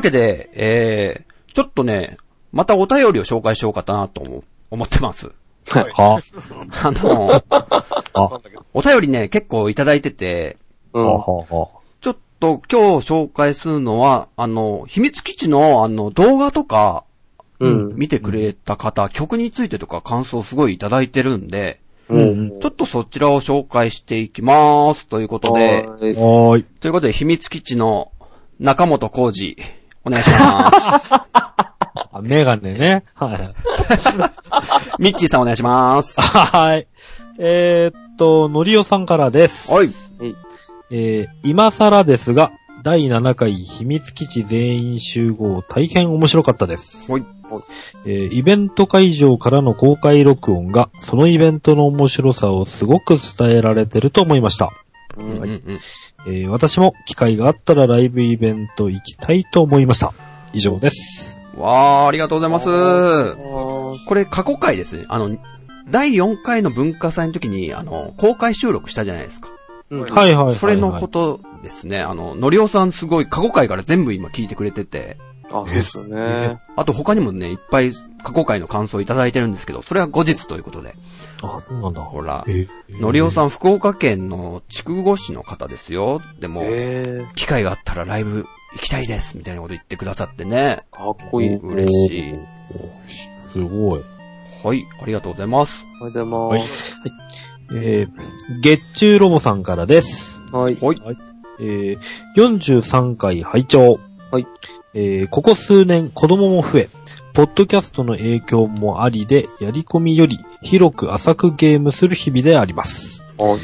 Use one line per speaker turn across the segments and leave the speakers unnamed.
けで、えー、ちょっとね、またお便りを紹介しようかなと思う思ってます。
はい
あ、
あの、
なんだけど。
お便りね、結構いただいてて、
うん。
あ
は
はは
ちょっと今日紹介するのは、あの、秘密基地のあの動画とか、
うん。
見てくれた方、曲についてとか感想すごいいただいてるんで、
うん。
ちょっとそちらを紹介していきます。ということで、
はい
はーい。
ということで、秘密基地の中本浩二、お願いします。
あ、メガネね。はい。
ミッチーさんお願いします。
はい。えー、っと、のりおさんからです。
はい。
えー、今更ですが、第7回秘密基地全員集合大変面白かったです。
はい
えー、イベント会場からの公開録音が、そのイベントの面白さをすごく伝えられてると思いました。
う
うんうんん
えー、私も機会があったらライブイベント行きたいと思いました。以上です。
うんわー、ありがとうございます。これ過去回ですね。あの、第4回の文化祭の時に、あの、公開収録したじゃないですか。
うん
はいはいはい、はい。
それのことですね。あの、のりおさんすごい過去回から全部今聞いてくれてて、
あ、そうですよね。
あと他にもね、いっぱい過去回の感想いただいてるんですけど、それは後日ということで。
あ、そうなんだ。
ほら、
え
のりおさん福岡県の筑後市の方ですよ。でも、
えー、
機会があったらライブ行きたいです、みたいなこと言ってくださってね。
かっこいい。
嬉しい。
すごい。
はい、ありがとうございます。
おはようございます。
えー、月中ロボさんからです。
はい。
はい。
えー、43回拝聴。
はい。
えー、ここ数年子供も増え、ポッドキャストの影響もありで、やり込みより広く浅くゲームする日々であります。
はい。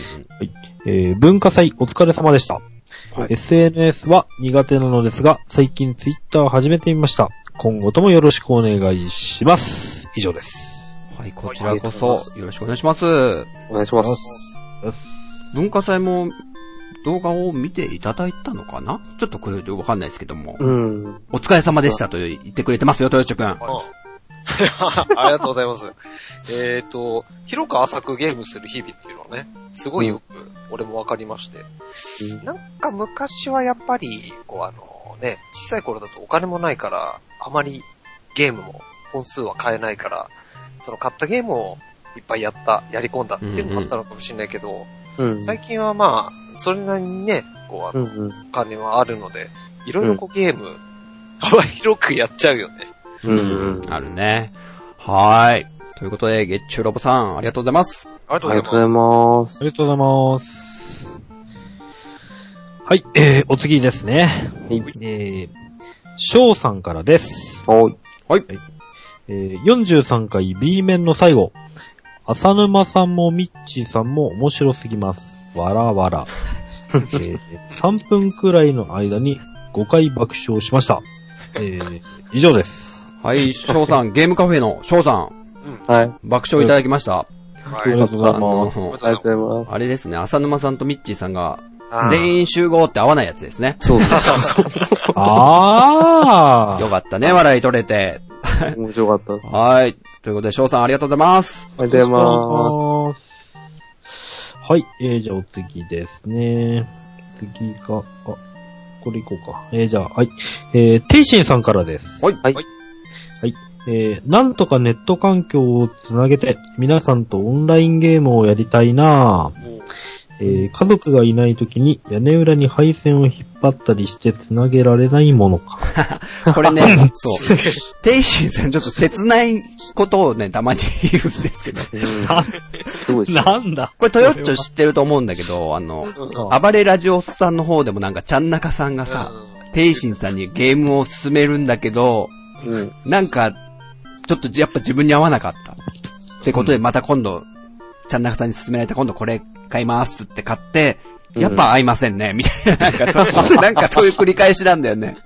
えー、文化祭お疲れ様でした。
はい
SNS は苦手なのですが、最近ツイッターを始めてみました。今後ともよろしくお願いします。以上です。
はい、こちらこ
はいありがとう
そ
ございま、す
よろしくお願いします。
お願いします。
文化祭も動画を見ていただいたのかなちょっとこれわかんないですけども。
うん。
お疲れ様でしたと言ってくれてますよ、豊地くん。
ありがとうございます。えっと、広く浅くゲームする日々っていうのはね、すごいよく俺もわかりまして。なんか昔はやっぱり、こうあのね、小さい頃だとお金もないから、あまりゲームも本数は買えないから、その買ったゲームをいっぱいやった、やり込んだっていうのもあったのかもしれないけど、
うん。
最近はまあ、それなりにね、こうあの
うんうん。
お金はあるので、いろいろこうゲーム、幅広くやっちゃうよね。
うん。
あるね。はーい。ということで、月中ロボさん、ありがとうございます。
ありがと
ありが
う
と
ご
うご
ざ
ざ
い
い
ま
ま
す。
す。
ありがとうございます。はい、えー、お次ですね。
はい
えー、翔さんからです。
はい。
えー、43回 B 面の最後。浅沼さんもミッチーさんも面白すぎます。わらわら。えー、3分くらいの間に5回爆笑しました。えー、以上 です。
はい、翔さん、ゲームカフェの翔さん、
はい。
爆笑いただきました。
は
あり
い
がとうござい
あ
ます。
の、
ありがとうございます。
あれですね、浅沼さんとミッチーさんが、
あー
全員集合って合わないやつですね。
そうそうそ
あ
よかったね、笑い取れて。
う。面白かったです。
はい。ということで、翔さんありがとうございます。
おはようございま
はい、えー、じゃあお次ですね。次が、あ、これいこうか。えー、じゃあ、はい。えー、ていしんさんからです。
はい
はい
はい。えー、なんとかネット環境をつなげて、皆さんとオンラインゲームをやりたいなぁえー、家族がいない時に屋根裏に配線を引っ張ったりしてつなげられないも のか。
これね、そう。テイシンさん、ちょっと切ないことをね、たまに言うんです けど。
す。うんすごいっすね。
んだ
これ、トヨッチョ知ってると思うんだけど、あの、暴れラジオさんの方でもなんか、ちゃんなかさんがさ、テイシンさんにゲームを勧めるんだけど、
うん。
なんか、ちょっとやっぱ自分に合わなかった。ってことで、また今度、ちゃんなかさんに勧められた今度これ買いますって買って、やっぱ合いませんね、みたいな、なんか そう、なんかそういう繰り返しなんだよね。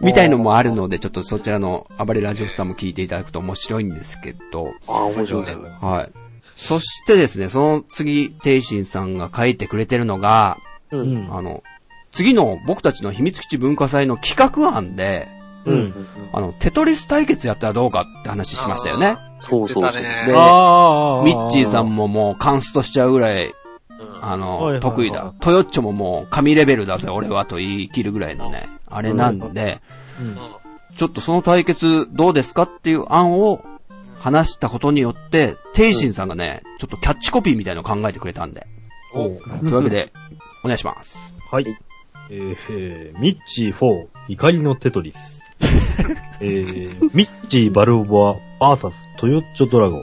みたいのもあるので、ちょっとそちらの暴れラジオスさんも聞いていただくと面白いんですけど、
ああ、面白いですね。
はい。そしてですね、その次、ていしんさんが書いてくれてるのが、
う。
うんん。
あの、次の僕たちの秘密基地文化祭の企画案で、
う
うんん。
あの、テトリス対決やったらどうかって話しましたよね。
そうそうそう
言ってたね
で
あ
ミッチーさんももうカンストしちゃうぐらい、
うん
あ
はいはいは
の、
い
得意だ。トヨッチョももう神レベルだぜ、俺はと言い切るぐらいのね。あれなんで、
うん
うん。
ちょっとその対決どうですかっていう案を話したことによって、天心さんがね、ちょっとキャッチコピーみたいのを考えてくれたんで。
お
というわけで、お願いします。
はい。えーえーミッチー4、怒りのテトリス。えー、ミッチー・バルボア、バーサス、トヨッチョ・ドラゴン。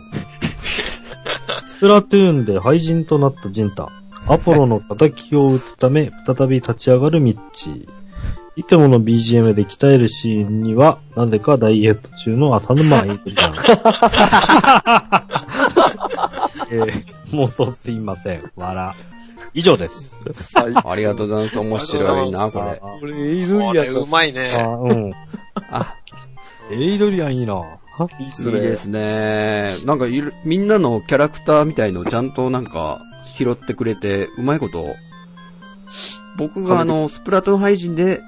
スプラトゥーンで廃人となったジンタ。アポロの仇を打つため、再び立ち上がるミッチー。いつもの BGM で鍛えるシーンには、なぜかダイエット中の浅沼エイトリさん。えー、妄想すいません。笑。以上です。
最高
ありがとうございます。面白いな、これ。
これ、エイド
こ
リア
れ
ンだ
うまいね。
あ、 うん。
あ、
エイドリアンいいな。
いいっ
い
す
い
ね
で。すね。なんかいる、みんなのキャラクターみたいのをちゃんとなんか、拾ってくれて、うまいこと。僕があの、スプラトゥーン廃人で、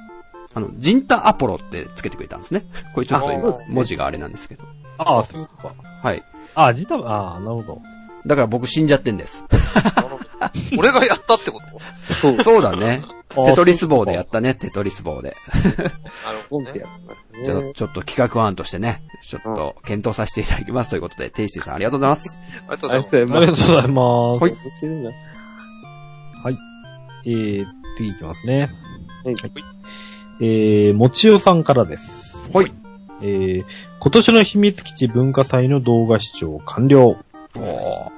あの、ジンタアポロってつけてくれたんですね。これちょっと
あそう
今
です、ね
文字があれなんですけど。
ああ、そういうことか。
はい。
ああ、ジタああ、なるほど。
だから僕死んじゃってんです。
俺がやったってこと
そう、
そうだね。
ああ
テトリス棒でやったね、テトリス棒で。
なる
ボン
ほ
っ
ど
て
ね
や。りました
じゃあ
ね。
ちょっと企画案としてね、ちょっと検討させていただきますということで、テイシーさんありがとうございます。
ありがとう
あ
ご
りが
ざい
とうございま
ありがとうございます。
す。面白いな。
えー、次いきますね。
はい
えー、もちおさんからです。
はい。
えー、今年の秘密基地文化祭の動画視聴完了。
おー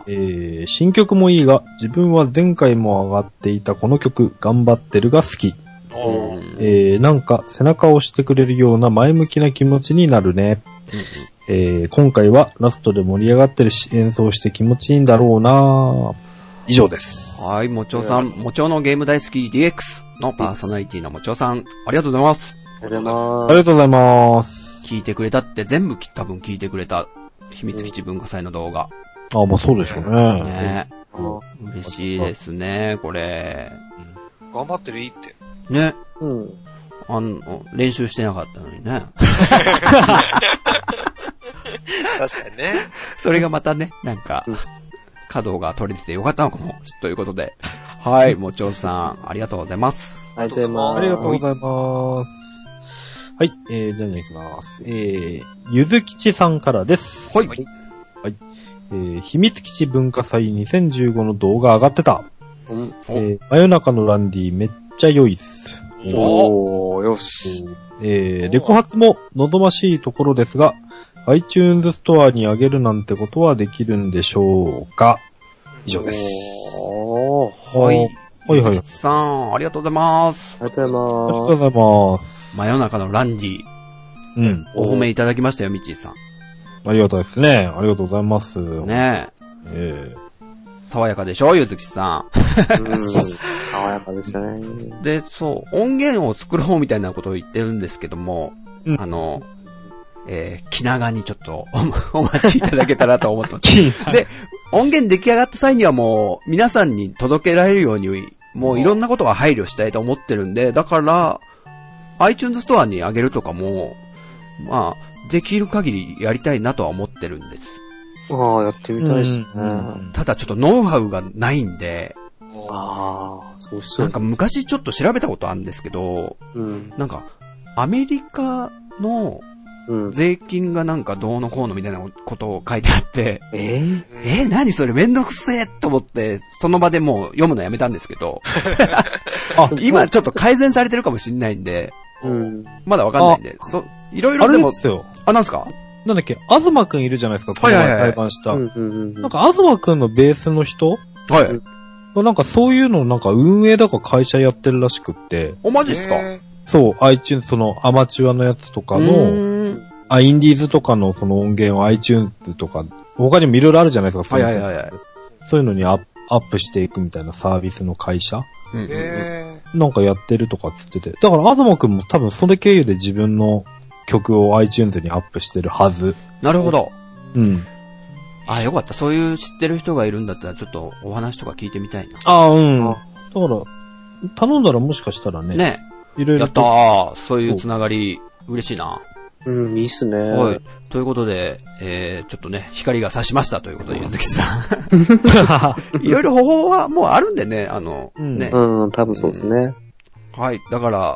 えー、新曲もいいが、自分は前回も上がっていたこの曲、頑張ってるが好き。
ます。おー
うん
えー、なんか背中を押してくれるような前向きな気持ちになるね。えー、今回はラストで盛り上がってるし、演奏して気持ちいいんだろうな以上です。
はい、もちおさん、もちおのゲーム大好き DX のパーソナリティのもちおさん、ありがとうございます。
ありがとうござい
あ
ます
り。がとうございます。
聞いてくれたって全部き多分聞いてくれた秘密基地文化祭の動画。
あ、まあそうでしょうね。
ね
あ
嬉しいですね、これ。
頑張ってるいいって。
ね。
うん。
あの、練習してなかったのにね。
確かにね。
それがまたね、なんか
うん、
角が取れててよかったのかも。ということで。はい、もちおさん、ありがとうございます。
ありがとうございます。
ありがとう
う。
ございます。はい、えー、じゃあ行きます。えー、ゆずきちさんからです。
はい。
はい
えー、秘密基地文化祭2015の動画上がってた。
うん。
お
えー、真夜中のランディめっちゃ良いっす。
おー、よし。
えー、レコ発も望ましいところですが、iTunes ストアに上げるなんてことはできるんでしょうか以上です。
おー、
はい。
はいはい。あり
ゆずきちさん、ありがとうございます。
ありがとう
がと
ご
う
ざ
ご
います。
ざいます。
真夜中のランディ、
うん。
お褒めいただきましたよ、ミッチーさん。
ありがたいですね。ありがとうございます。
ね
ね。
え。
え
爽やかでしょ、ゆずきさ
うん。爽やかでしたね。
ん。で、そう、音源を作ろうみたいなことを言ってるんですけども、
うん
あの、えー気長にちょっとおお待ちいただけたらと思って ます。
ー、
で、音源出来上がった際にはもう、皆さんに届けられるように、もういろんなことは配慮したいと思ってるんで、だから、iTunes ストアにあげるとかも、まあ、できる限りやりたいなとは思ってるんです。
ああ、やってみたいですね。
うんうん
ただちょっとノウハウがないんで、
ああ、そうしそ
なん
う
か。昔ちょっと調べたことあるんですけど、
うん。
なんか、アメリカの
うん。
税金がなんかどうのこうのみたいなことを書いてあって、
えー
えー、何それめんどくせえと思って、その場でもう読むのやめたんですけど、
あ、
今ちょっと改善されてるかもしんないんで、
うん。
まだわかんないんで、そ、いろい
あ
ろで
れで
も、
すよ。
あ、なんすか
なんだっけ、あずまくんいるじゃないですか、こ
はい
の
はい
前
はい
対バンした。
うん。うん。
なんか、あずまくんのベースの人
は
う
い
ん。
なんかそういうのなんか運営だか会社やってるらしくって、
お、マジっすか
え
そう、iTunes、そのアマチュアのやつとかの、
うーん
あ、インディーズとかのその音源を iTunes とか、他にもいろいろあるじゃないですか、
はいはいはいはい。
そういうのにアップアップしていくみたいなサービスの会社
うんうんう
ー
ん
え
なんかやってるとかっつってて。だから、あずまくんも多分それ経由で自分の曲を iTunes にアップしてるはず。
なるほど。
うん。
あ、よかった。そういう知ってる人がいるんだったら、ちょっとお話とか聞いてみたいな。
ああ、うん。だ
あ
から、頼んだらもしかしたらね、
ね
いろい
や
ろ
った
と。
ー。そういうつながり、嬉しいな。
うん、いいっすね。
はい。。ということで、えー、ちょっとね、光が差しましたということで、ゆずき さ ん。いろいろ方法はもうあるんでね、あの、
うん
ね
う。ん、多分そうですね。
はい。だから、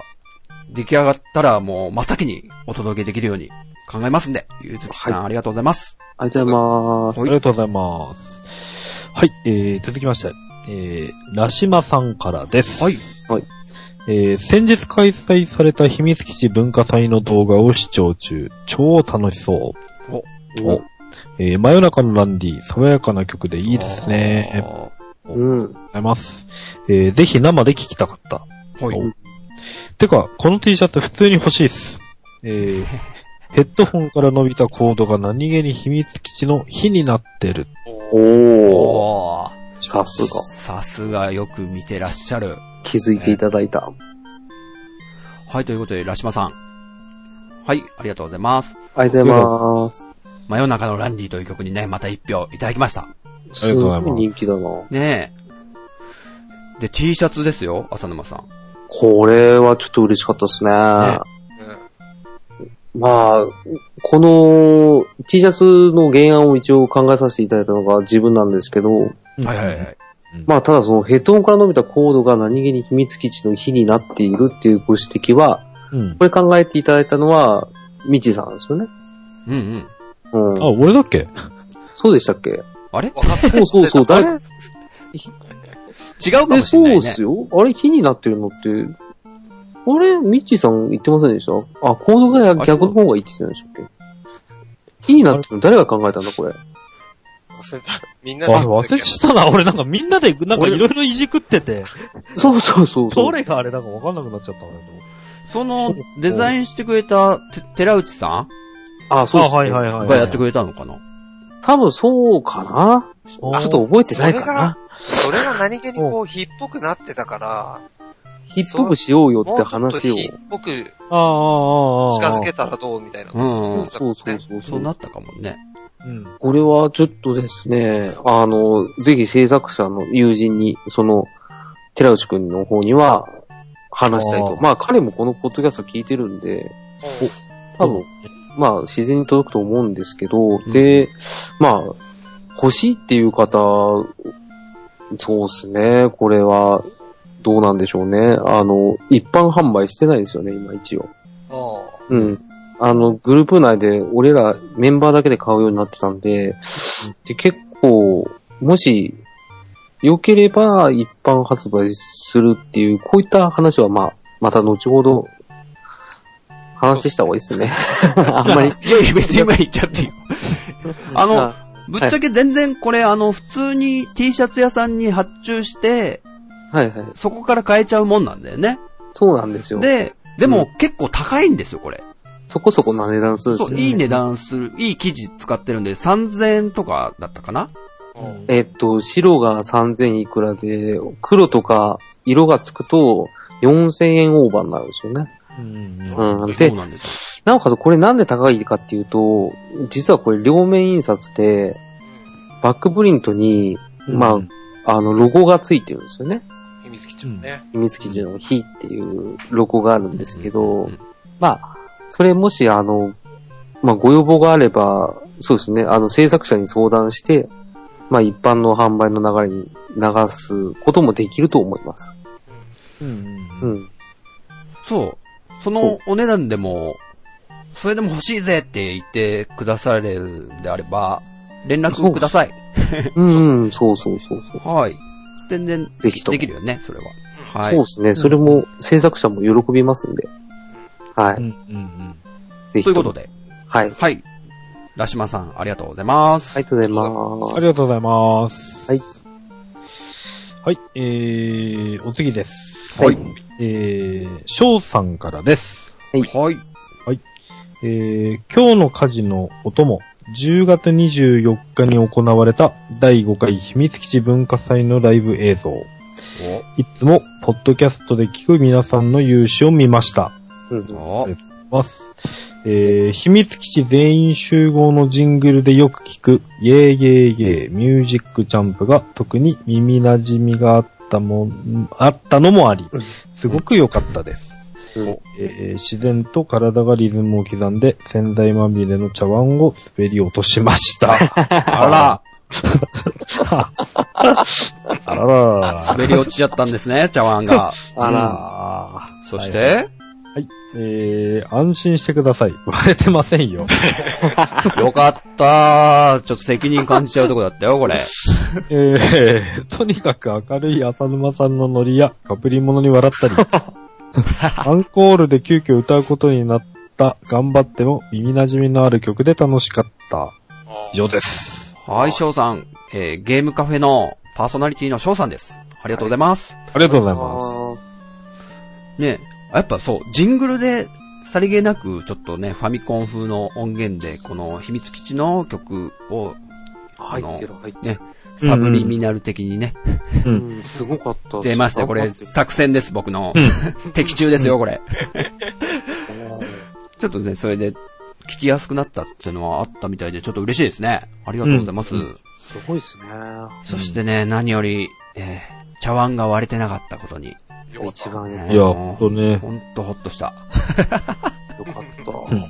出来上がったらもう真っ先にお届けできるように考えますんで、ゆうずきさん、ありがとうございます。
ありがとうございます。
ありがとうございます。はい、えー、続きまして、えー、ラシマさんからです。
はい。
えー、先日開催された秘密基地文化祭の動画を視聴中、超楽しそう。おえー、真夜中のランディ、爽やかな曲でいいですね。ありがと
うん。
うございます。えー、ぜひ生で聴きたかった。
ほい。
おてか、この T シャツ普通に欲しいっす。えー、ヘッドホンから伸びたコードが何気に秘密基地の火になってる。
お
おー。
ー
おー
さすが。
さすがよく見てらっしゃる。
気づいていただいた。
はい、ということで、ラシマさん。はい、ありがとうございます。
ありがとうございます。
真夜中のランディという曲にね、また一票いただきました。
ありがとうございます
すごい人気だな。
ねえ。で、T シャツですよ、浅沼さん。
これはちょっと嬉しかったですね。まあ、この T シャツの原案を一応考えさせていただいたのが自分なんですけど、
はいはいはい。
まあただそのヘッドホンから伸びたコードが何気に秘密基地の火になっているっていうご指摘は、
うん。
これ考えていただいたのは、ミチさんですよね。
うんうん。
うん
あ、。俺だっけ
そうでしたっけ
あれ違う
わかった。
そうそうそう、だい
かも
え、
し
そ
れ
う
ない
で
ね
す。よ。あれ、火になってるのって、あれ、ミッチーさん言ってませんでしたあ、コードが逆の方がいいって言ってたんでしたっけ火になってるの誰が考えたんだ、これ。
忘れた。みん
あ
な
れ
で。
忘れしたな。俺なんかみんなで、なんかいろいろいじくってて、
そうそうそうそう。
どれがあれだかわかんなくなっちゃったんだけ
その、デザインしてくれた、て寺内さ
あ、
ど。
そうです、ね。
はい
ん
は
がやってくれたのかな
多分そうかなちょ
あー
っと覚えてないかな
それが何気にこう、火っぽくなってたから、
ヒップホップしようよっ
もうち
て
ょっと
話を。
火っぽく
ああ、ああ、ああ。
近づけたらどうみたいな。
うんうん。
そうそうそうそ
そううなったかもね。
うん。
これはちょっとですね、あの、ぜひ制作者の友人に、その、寺内くんの方には話したいと。
あー
まあ彼もこのポッドキャスト聞いてるんで、
うん
多分、まあ自然に届くと思うんですけど、で、まあ、欲しいっていう方、そうですね、これは、どうなんでしょうね。あの、一般販売してないですよね、今一応。
あ
うん。あの、グループ内で、俺らメンバーだけで買うようになってたんで、で結構、もし、良ければ一般発売するっていう、こういった話はまあ、また後ほど、話した方がいいですね。 あんまり。
いやいや、別に今言っちゃっていいよ。 あの、
あ
ぶっちゃけ全然これ、あの、普通に T シャツ屋さんに発注して、
はいはい。
そこから買えちゃうもんなんだよね。
そうなんですよ。
で、でも結構高いんですよ、これ。
そこそこな値段する
そう、
し。
いい値段する、いい生地使ってるんで、3000円とかだったかな
うん
えっと、白が3000いくらで、黒とか色がつくと4000円オーバーになるんですよね。
うん。
うん。
そ
で
う、なんです
なおかつこれなんで高いかっていうと、実はこれ両面印刷で、バックプリントに、まあ、あの、ロゴがついてるんですよね。
秘密基地もね。
秘密基地の火っていうロゴがあるん
よ。
ですけど、まあ、それもしあの、まあ、ご要望があれば、そうですね、あの、制作者に相談して、まあ、一般の販売の流れに流すこともできると思います。
うん。
う
うん。
ん。
そう。そのお値段でも、それでも欲しいぜって言ってくだされるんであれば、連絡をください。
うん、うん、そうそうそうそう。
はい。全然、
ぜひとも
できるよね、それは。は
そう
い
で。すね、それも制作者も喜びますんで。は
う
い。
ん。
ぜひ
という
も
ことで、
はい。
はい。ラシマさん、ありがとうございます。
ありがとうございます。
ありがとうございます。
はい。
はい、えー、お次です。
はい。
えー、翔さんからです。
はい。
えー今日の火事のお供、10月24日に行われた第5回秘密基地文化祭のライブ映像。いつも、ポッドキャストで聞く皆さんの勇姿を見ました。
うん
お、お
えます。えー秘密基地全員集合のジングルでよく聞く、イェーイイェーイイェーイミュージックジャンプが特に耳馴染みがあったもん、あったのもあり、すごく良かったです。
うん
えー自然と体がリズムを刻んで、洗剤まみれの茶碗を滑り落としました。
あら、
あらららら。
滑り落ちちゃったんですね、茶碗が。
あら、
あ
そして、
ーえー、安心してください。 割れてませんよ。
よかったー。ちょっと責任感じちゃうとこだったよ、これ。
えー、とにかく明るい浅沼さんのノリや、かぶり物に 笑ったり、アンコールで急遽歌うことになった、頑張っても耳馴染みのある曲で楽しかった。
あ
以上です。
はい、翔さん。えー、ゲームカフェのパーソナリティの翔さんです。ありがとうございます。
ありがとうございます。
ー
ねやっぱそう、ジングルで、さりげなく、ちょっとね、ファミコン風の音源で、この秘密基地の曲を、
入ってる、入ってる。
サブリミナル的にね、
う
うん、すごかった。
出ました。これ、作戦です、僕の。 的中ですよ、これ。ちょっとね、それで、聞きやすくなったっていうのはあったみたいで、ちょっと嬉しいですね。ありがとうございます。
すごいですね。
そしてね、何より、えー茶碗が割れてなかったことに。
よかっ
一
た。
番
ね
良
いや、ほんとね。
ほんとほっとした。
かった。
うん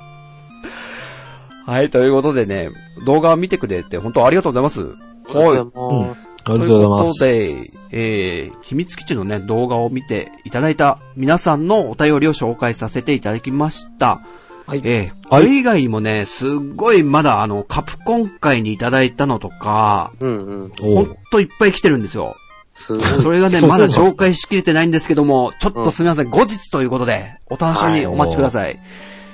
はい、ということでね、動画を見てくれて本当ありがとうございます。
あり
は
がとうございます。
い。と
ありが
い
と
う
うござい
こ
ま
と
す。
で、えー、秘密基地のね、動画を見ていただいた皆さんのお便りを紹介させていただきました。
はい
えー、こ
はい
れ以外にもね、すっごいまだあの、カプコン会にいただいたのとか、
うんうん。
ほ
お
んといっぱい来てるんですよ。
すごい。
それがね、
そう
まだ
そう
紹介しきれてないんですけども、ちょっとすみません、後日ということで、お楽しみにお待ちください。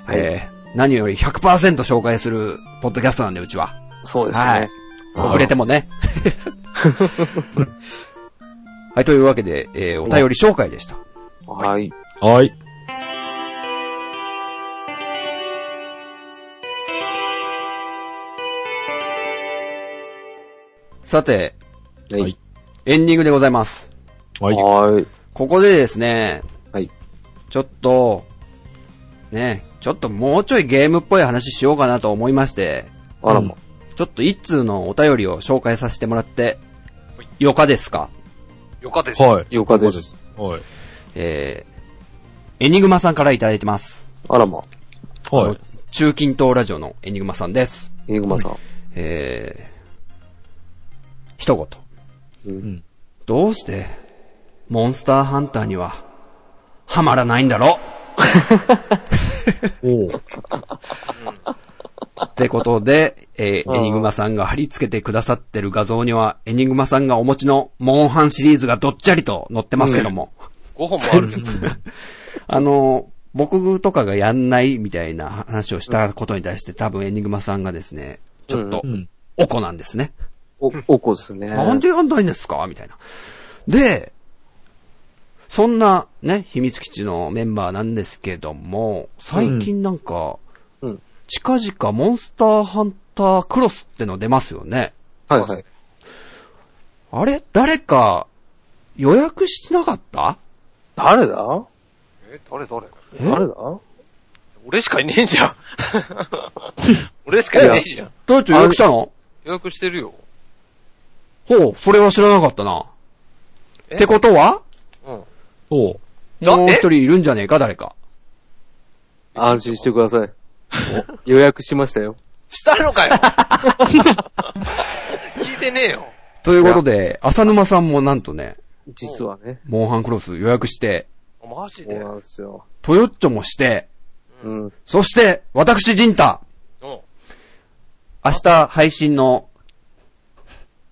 はい
えー、何より100%紹介する、ポッドキャストなんで、うちは。
そうです
は
ね
い。。遅れて もね。はい、というわけで、えー、お便り紹介でした。
はい。
はい。
さて、
はいい。
エンディングでございます。
はい。
はい。
ここでですね、
はい。
ちょっと、ね、ちょっともうちょいゲームっぽい話しようかなと思いまして、
あら
うん
ま。
ちょっと一通のお便りを紹介させてもらって、よかですか
よかったです。
はい。
よかです。
はい。
えー、エニグマさんからいただいてます。
あらま。
あ
は
の中近東ラジオのエニグマさんです。
エニグマさん。
えー、一言。
うん
どうして、モンスターハンターには、はまらないんだろ
い。おう。
うってことで、 えー
うん
エニグマさんが貼り付けてくださってる画像には、エニグマさんがお持ちのモンハンシリーズがどっちゃりと載ってますけども。
5本もあるんです
あの、僕とかがやんないみたいな話をしたことに対して多分エニグマさんがですね、ちょっと
う、ん。
おこなんですね。
お、おこですね。
なんでやんないんですかみたいな。で、そんなね、秘密基地のメンバーなんですけども、最近なんか、
うん。
近々モンスターハンタークロスっての出ますよね。
はいはい。
あれ誰か予約してなかった
誰だ
え、誰誰
誰だ
俺しかいねえじゃ ん。俺しかいねえじゃん。
どうやって予約したの
予約してるよ。
ほう、それは知らなかったな。
え
ってことは
うん。
おう。
だ
もう一人いるんじゃねえか、誰か。
安心してください。予約しましたよ。
したのかよ 聞いてねえよ。
ということで、浅沼さんもなんとね、
実はね。
モンハンクロス予約して、
マジ
そう
で。
なんですよ。
トヨッチョもして、
うん。
そして、私、ジンタ、
うん。
明日配信の、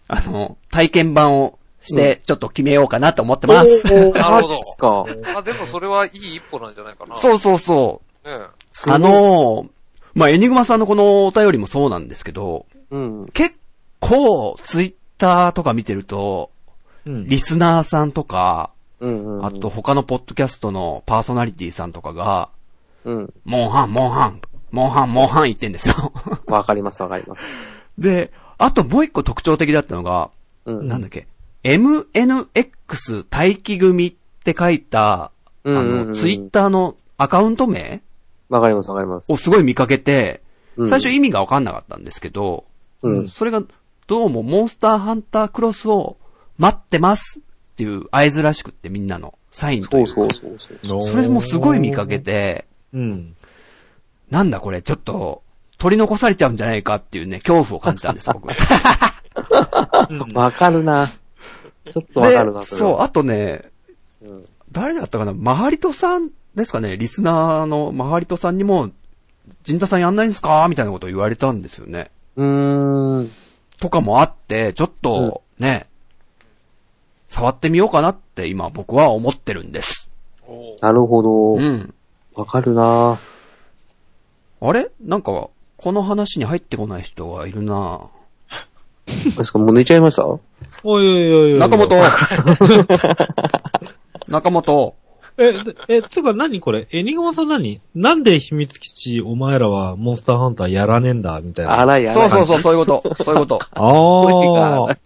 あの、体験版をして、ちょっと決めようかなと思ってます。
なるほど
マジっすか。
あ、でもそれはいい一歩なんじゃないかな。う。
そうそうそ
ねえ
う。あのーまあ、エニグマさんのこのお便りもそうなんですけど、
うん。
結構、ツイッターとか見てると、
うん。
リスナーさんとか、
うんうんうん。
あと、他のポッドキャストのパーソナリティさんとかが、
うん。
モンハン、モンハン、モンハン、モンハン言ってんですよ。
わかりますわかります。
で、あともう一個特徴的だったのが、
うん。
なんだっけ、MNX 待機組って書いた、あ
うんうんう
の、
ん
ツイッターのアカウント名
わかりますわかります。
をすごい見かけて、
うん
最初意味がわかんなかったんですけど、
うん。
それがどうもモンスターハンタークロスを待ってますっていう合図らしくってみんなのサインと
そ
いうう
そうそうそう。
それもすごい見かけ。て、
うん。
なんだこれ、ちょっと、取り残されちゃうんじゃないかっていうね、恐怖を感じた んです、僕。
わかるな。ちょっとわかるな、
でそう、
あ、
あとね、
うん
誰だったかなマハリトさんですかね、リスナーのマハリトさんにも、陣田さんやんないんすかみたいなことを言われたんですよね。
うーん。
とかもあって、ちょっと、ね、触ってみようかなって今僕は思ってるんです。
おー
なるほど
う。ん。
わかるな
あれなんか、この話に入ってこない人がいるな
確かもう寝ちゃいました
おいおいおいおい。
中本中本
え、でえ、つうか何これえ、ニゴマさん何なんで秘密基地お前らはモンスターハンターやらねえんだみたいな。
あらやら
そうそうそう、そういうこと。そういう こと。
あー。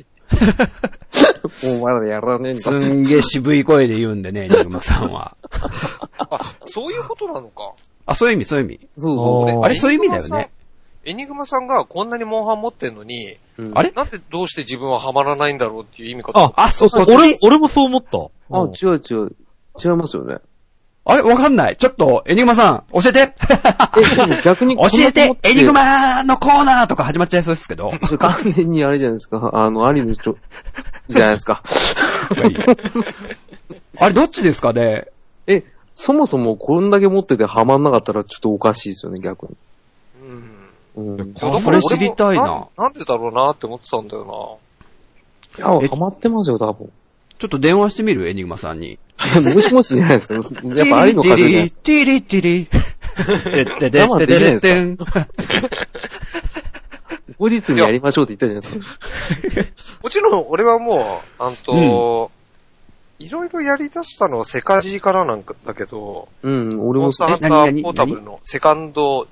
う。もうまだやらねえん
す
だ。
んげえ渋い声で言うんでね、ニグマさんは。
あ、そういうことなのか。
あ、そういう意味、そういう意味。
そう
そう
俺
あー
あれ、そういう意味だよね。。
エニグマさんエニグマさんがこんなにモンハン持ってんのに、
うん
あれ
なんでどうして自分はハマらないんだろうっていう意味かと。
あ、
あ、そ、そっち。
俺、俺もそう思った。
あ、
うん
違う違う。違いますよね。
あれわかんない。ちょっと、エニグマさん、教えて
え、でも逆に
教えてエニグ
マ
マのコーナーとか始まっちゃいそうですけど。
完全にあれじゃないですか。あの、ありの人、じゃないですか。
あれ、どっちですかね
え、そもそもこんだけ持っててハマんなかったらちょっとおかしいですよね、逆に。
うん。
うん。
あそれ知りたいな
俺もなん。なんでだろうなって思ってたんだよ
いや、ハマってますよ、多分。
ちょっと電話してみるエニグマさんに。
えもしもしじゃないですか。 やっぱありの風じゃないですか。
ティリティリ。テッテテテテテン。
後日にやりましょうって言ったじゃないですか。
な。もちろん俺はもう、あんと、いろいろやり出したのはセカジーからなんかだけど、
うん、俺
モ
も
ンスター
さ
ハンタ
何
ー
何
ポータブルのセカンド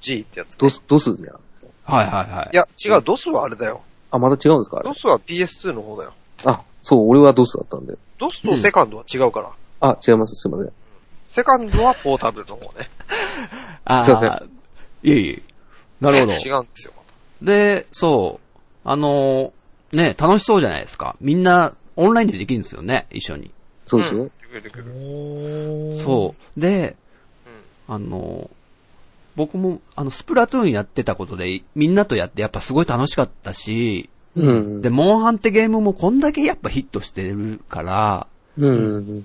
G ってやつ。
ドス、ドスじゃん。
はいはいはい
い。や、違う、ドスはあれだよ。
あ、また違うんですかあれ
ド。スは PS2 の方だよ。
あ、そう、俺はドスだったんで。
ドスとセカンドは違うから。
あ、違います、すいません。
セカンドはポータブルの方ね。
あ
すいません
あ、いえいえ。なるほど。
違うんですよ。
で、そう。あのーね、楽しそうじゃないですか。みんな、オンラインでできるんですよね、一緒に。
そうですよね。
んでくるでくる
そう。で、あのー僕も、あの、スプラトゥーンやってたことで、みんなとやってやっぱすごい楽しかったし、
うん。
で、モンハンってゲームもこんだけやっぱヒットしてるから、
うん。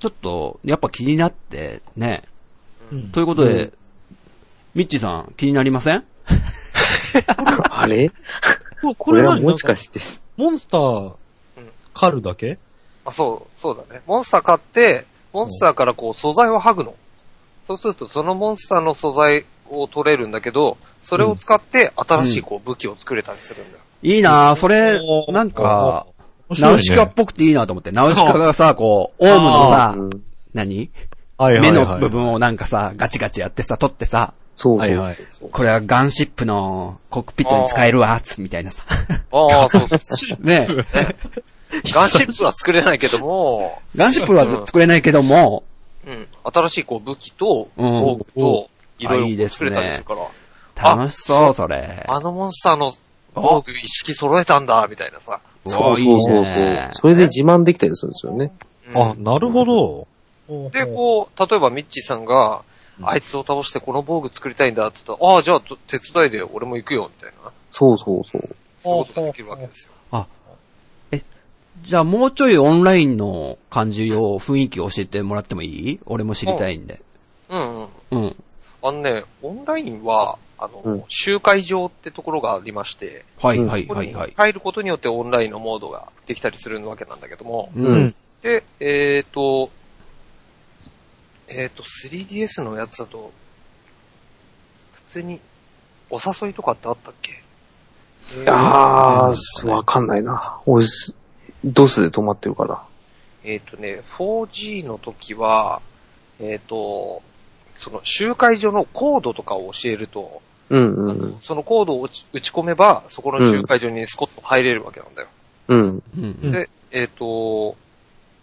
ちょっと、やっぱ気になって、ね。
うん
ということで、
うん
ミッチーさん気になりません
あれ
ここ
これ
れ
は
何
もしかして。
モンスター、狩るだけ
あ、そう、そうだね。モンスター買って、モンスターからこう素材を剥ぐの。そうするとそのモンスターの素材を取れるんだけど、それを使って新しいこう武器を作れたりするんだよ。
いいなぁ、それ、なんか、、ナウシカっぽくていいなと思って、ナウシカがさ、こう、オウムのさ
う、ん
何
ぽい
目の部分をなんかさ、ガチガチやってさ、取ってさ、
そう
は
そ。
いうはい。
これはガンシップのコックピットに使えるわ、つみたい なさ。
ああ、 そうそう。
ね
ガンシップは作れないけども、
ガンシップは作れないけども、
うん、新しいこう武器と、
うん
防具と、いろ
あいい
いろこ
で
う
す
作
ね
れたりするから、あ
楽しそう、それ。
あのモンスターの防具一式揃えたんだ、みたいなさ。
そう
おー
そうそう
いい
そう
ね。
それで自慢できたりするんですよね。
うん
あ、なるほど。ほう
で、
ほう
こう、例えばミッチーさんが、あいつを倒してこの防具作りたいんだって言ったら、ああ、じゃあ手伝いで俺も行くよ、みたいな。
そうそうそう。
そういうことができるわけですよ。
じゃあもうちょいオンラインの感じを、雰囲気を教えてもらってもいい俺も知りたいんで。
うんうん。
うん。
あのね、オンラインは、あの、
うん
集会場ってところがありまして、
はい、
うん
はい、
ここ
はい、
に
はい。
入ることによってオンラインのモードができたりするわけなんだけども、
う
うんん。
で、えっ、と、えっ、と、3DS のやつだと、普通に、お誘いとかってあったっけ
あー、わかんないな。俺、すドスで止まってるから。
えっ、とね、4G の時は、えっ、と、その集会所のコードとかを教えると、
うんうん。
そのコードを打ち打ち込めば、そこの集会所にスコッと入れるわけなんだよ。
うん。
うん。
で、えっ、と、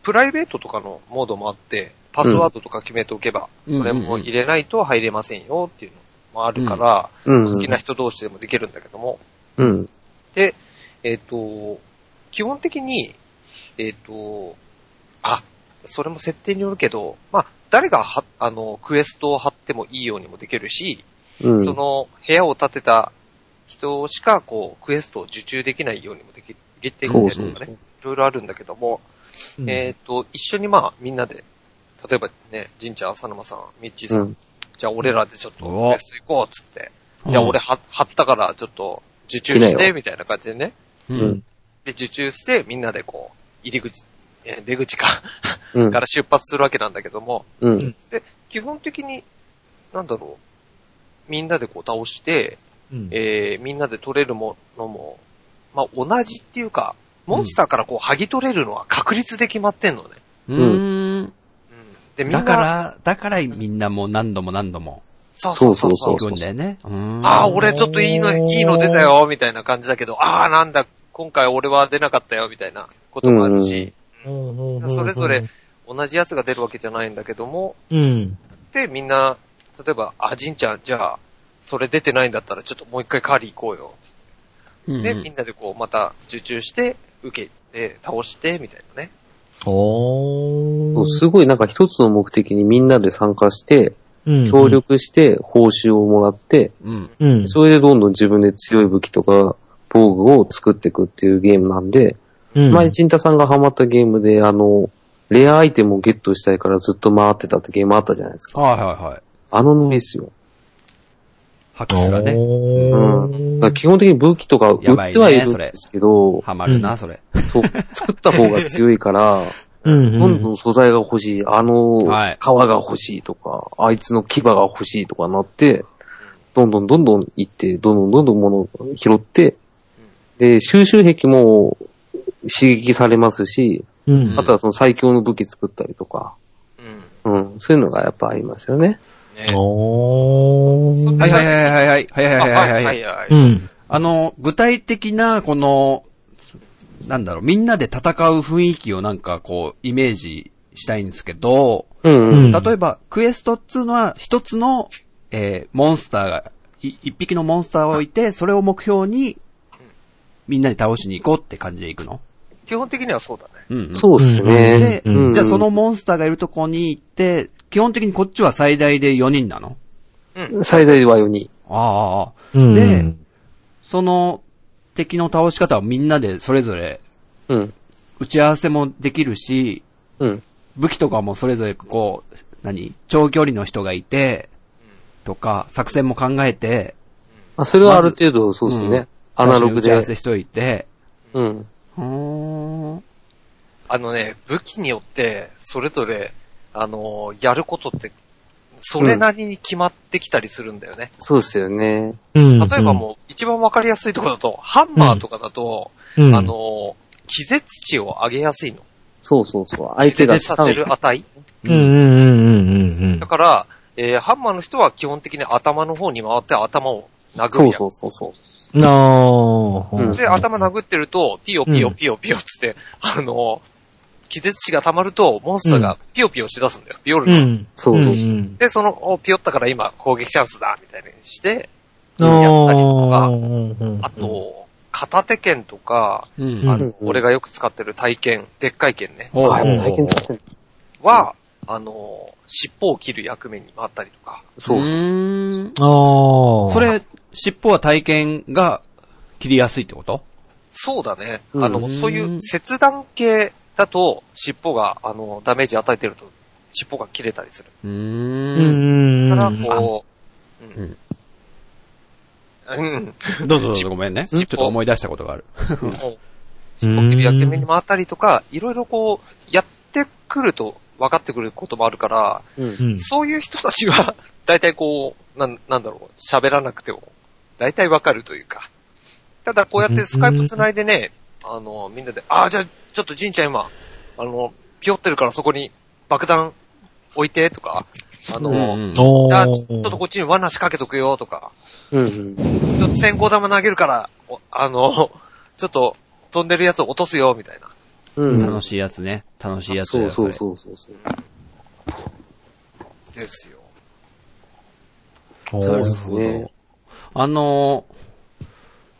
プライベートとかのモードもあって、パスワードとか決めておけば、
うん
それも入れないと入れませんよっていうのもあるから、
うん。
好きな人同士でもできるんだけども、
うん。
で、えっ、と、基本的に、えっ、と、あ、それも設定によるけど、まあ、誰がは、あの、クエストを貼ってもいいようにもできるし、
うん。
その部屋を建てた人しか、こう、クエストを受注できないようにもでき、できてるみたいなのがね、いろいろあるんだけども、
うん
えっ、と、一緒にまあ、みんなで、例えばね、じんちゃん、浅沼さん、みっちーさん、
うん
じゃあ俺らでちょっと
お
フェス行こうっつって、じゃあ俺は貼ったからちょっと受注し
来な
て、
よ
みたいな感じでね。
う
うんん。
で、受注して、みんなでこう、入り口、えー出口か、
うん
か。ら出発するわけなんだけども、
うん。
基本的に、なんだろう、みんなでこう倒して、
うん。
えー、みんなで取れるものも、まあ、同じっていうか、モンスターからこう、剥ぎ取れるのは確率で決まってんのね。
うん。
で、みんな、
だから、だからみんなもう何度も何度も
そうそうそうそ
そうう
行くんだよね。うん
ああ、俺ちょっといいの、いいの出たよ、みたいな感じだけど、ああ、なんだ、今回俺は出なかったよ、みたいなこともあるし、それぞれ、同じやつが出るわけじゃないんだけども、
うん。
で、みんな、例えば、あ、じんちゃん、じゃあ、それ出てないんだったら、ちょっともう一回カーリー行こうよ。
うん
で、みんなでこう、また受注して、受けて、倒して、みたいなね。
おー。
すごいなんか一つの目的にみんなで参加して、
うん
協。力して報酬をもらって、
うん。
うん。
それでどんどん自分で強い武器とか防具を作っていくっていうゲームなんで、
うん
前、陣太さんがハマったゲームで、あの、レアアイテムをゲットしたいからずっと回ってたってゲームあったじゃないですか。
はいはいはい。
あのノリですよ。
拍手がね、
おー
だから基本的に武器とか売ってはいるんですけど、
ハマるな、それ。
そう、作った方が強いから、
うんうん
どんどん素材が欲しい、あの、
はい
皮が欲しいとか、あいつの牙が欲しいとかなって、どんどんどんどん行って、どんどんどんどん物を拾って、で、収集癖も刺激されますし、
うん
あとはその最強の武器作ったりとか、
うん。
うん、そういうのがやっぱありますよね。
ね
おー。。
はいはいはいはいはい。はい
あ
はいはいはい。
はいはいう
ん。
あの、具体的な、この、なんだろう、みんなで戦う雰囲気をなんかこう、イメージしたいんですけど、
うん、うん、
ん
例えば、クエストっつうのは、一つの、えーモンスターが、い一匹のモンスターを置いて、それを目標に、みんなで倒しに行こうって感じで行くの。
基本的にはそうだね。
うん、うん。
そうですね
で。、
うん
じゃあそのモンスターがいるとこに行って、基本的にこっちは最大で4人なの
最大は4人。
ああああ、
うん
で、その敵の倒し方はみんなでそれぞれ
うん、
打ち合わせもできるし、
うん、
武器とかもそれぞれこう、何長距離の人がいて、とか、作戦も考えて、
あ。それはある程度そうですね。
うん
アナログ
最初に打ち合
で
わ。せしといて、
うん。
うーん。
あのね、武器によって、それぞれ、あのーやることって、それなりに決まってきたりするんだよね。
そうですよね。
例
例えばもう、一番わかりやすいところだと、ハンマーとかだと、
うん、
あのー気絶値を上げやすいの。
そうそうそう。
気
相手が
絶させる値
うん、うん、うん、うん、うん
だ。から、えーハンマーの人は基本的に頭の方に回って頭を殴る
そ
や
うんそうそうそう。
なあ
うん
で、頭殴ってると、ピヨピヨピヨピヨっつって、あのー気絶値が溜まると、モンスターがピヨピヨしだすんだよ。ピヨ
う
るの。
ん。
そうそう
うん。
で、その、おピヨったから今攻撃チャンスだ、みたいにして、
あ
やったりとか
ー
あ、と、片手剣とか、
うん
うん
あの、俺がよく使ってる体験、でっかい剣ね、
おう
あ、
おう
でも最近使ってる
は、あの、尻尾を切る役目に回ったりとか、
そう
う
そう。
ーん
ああ。
そ、れ、尻尾は体験が切りやすいってこと
そうだね。
うん
あの、そういう切断系だと、尻尾が、あの、ダメージ与えてると、尻尾が切れたりする。
う
う
ーん。
ん。
だから、こう、うん。 うん。
どうぞどうぞごめんね。ちょっと思い出したことがある。
もう尻尾切る役目に回ったりとか、いろいろこう、やってくると、分かってくることもあるから、
うん
う。ん。
そういう人たちは、 大体こう、なん、なんだろう、喋らなくても、大体わかるというか。ただこうやってスカイプ繋いでね、あの、みんなで、ああ、じゃあ、ちょっとじんちゃん今、あの、ピヨってるからそこに爆弾置いて、とか、あの、
うん
お
あちょっとこっちに罠仕掛けとくよ、とか、
うん。
ちょっと先行玉投げるから、おあの、ちょっと飛んでるやつを落とすよ、みたいな。
うん。
楽しいやつね。楽しいやつだ
そ
よ
うそう
そ
そうそうそう。
ですよ。
お
れな
で
る
ー
す
ほど
ね。。
あの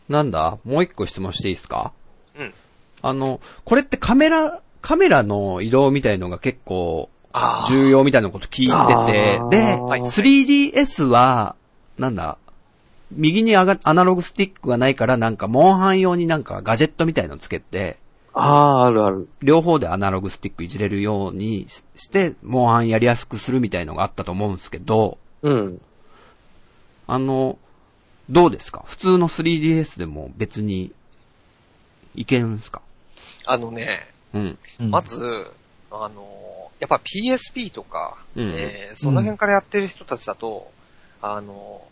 ー、なんだもう一個質問していいですか
うん。
あの、これってカメラ、カメラの移動みたいのが結構
ああ。
重要みたいなこと聞いてて、で、
はい
3DS は、なんだ、右にあがアナログスティックがないから、なんか、モンハン用になんかガジェットみたいのつけて、
ああ、あるある。
両方でアナログスティックいじれるようにしして、モンハンやりやすくするみたいのがあったと思うんですけど、
うん。
あの、どうですか普通の 3DS でも別に、いけるんですか
あのね、
うん。
うん
ま、ず、あの、やっぱ PSP とか、
うん
えーその辺からやってる人たちだと、あの、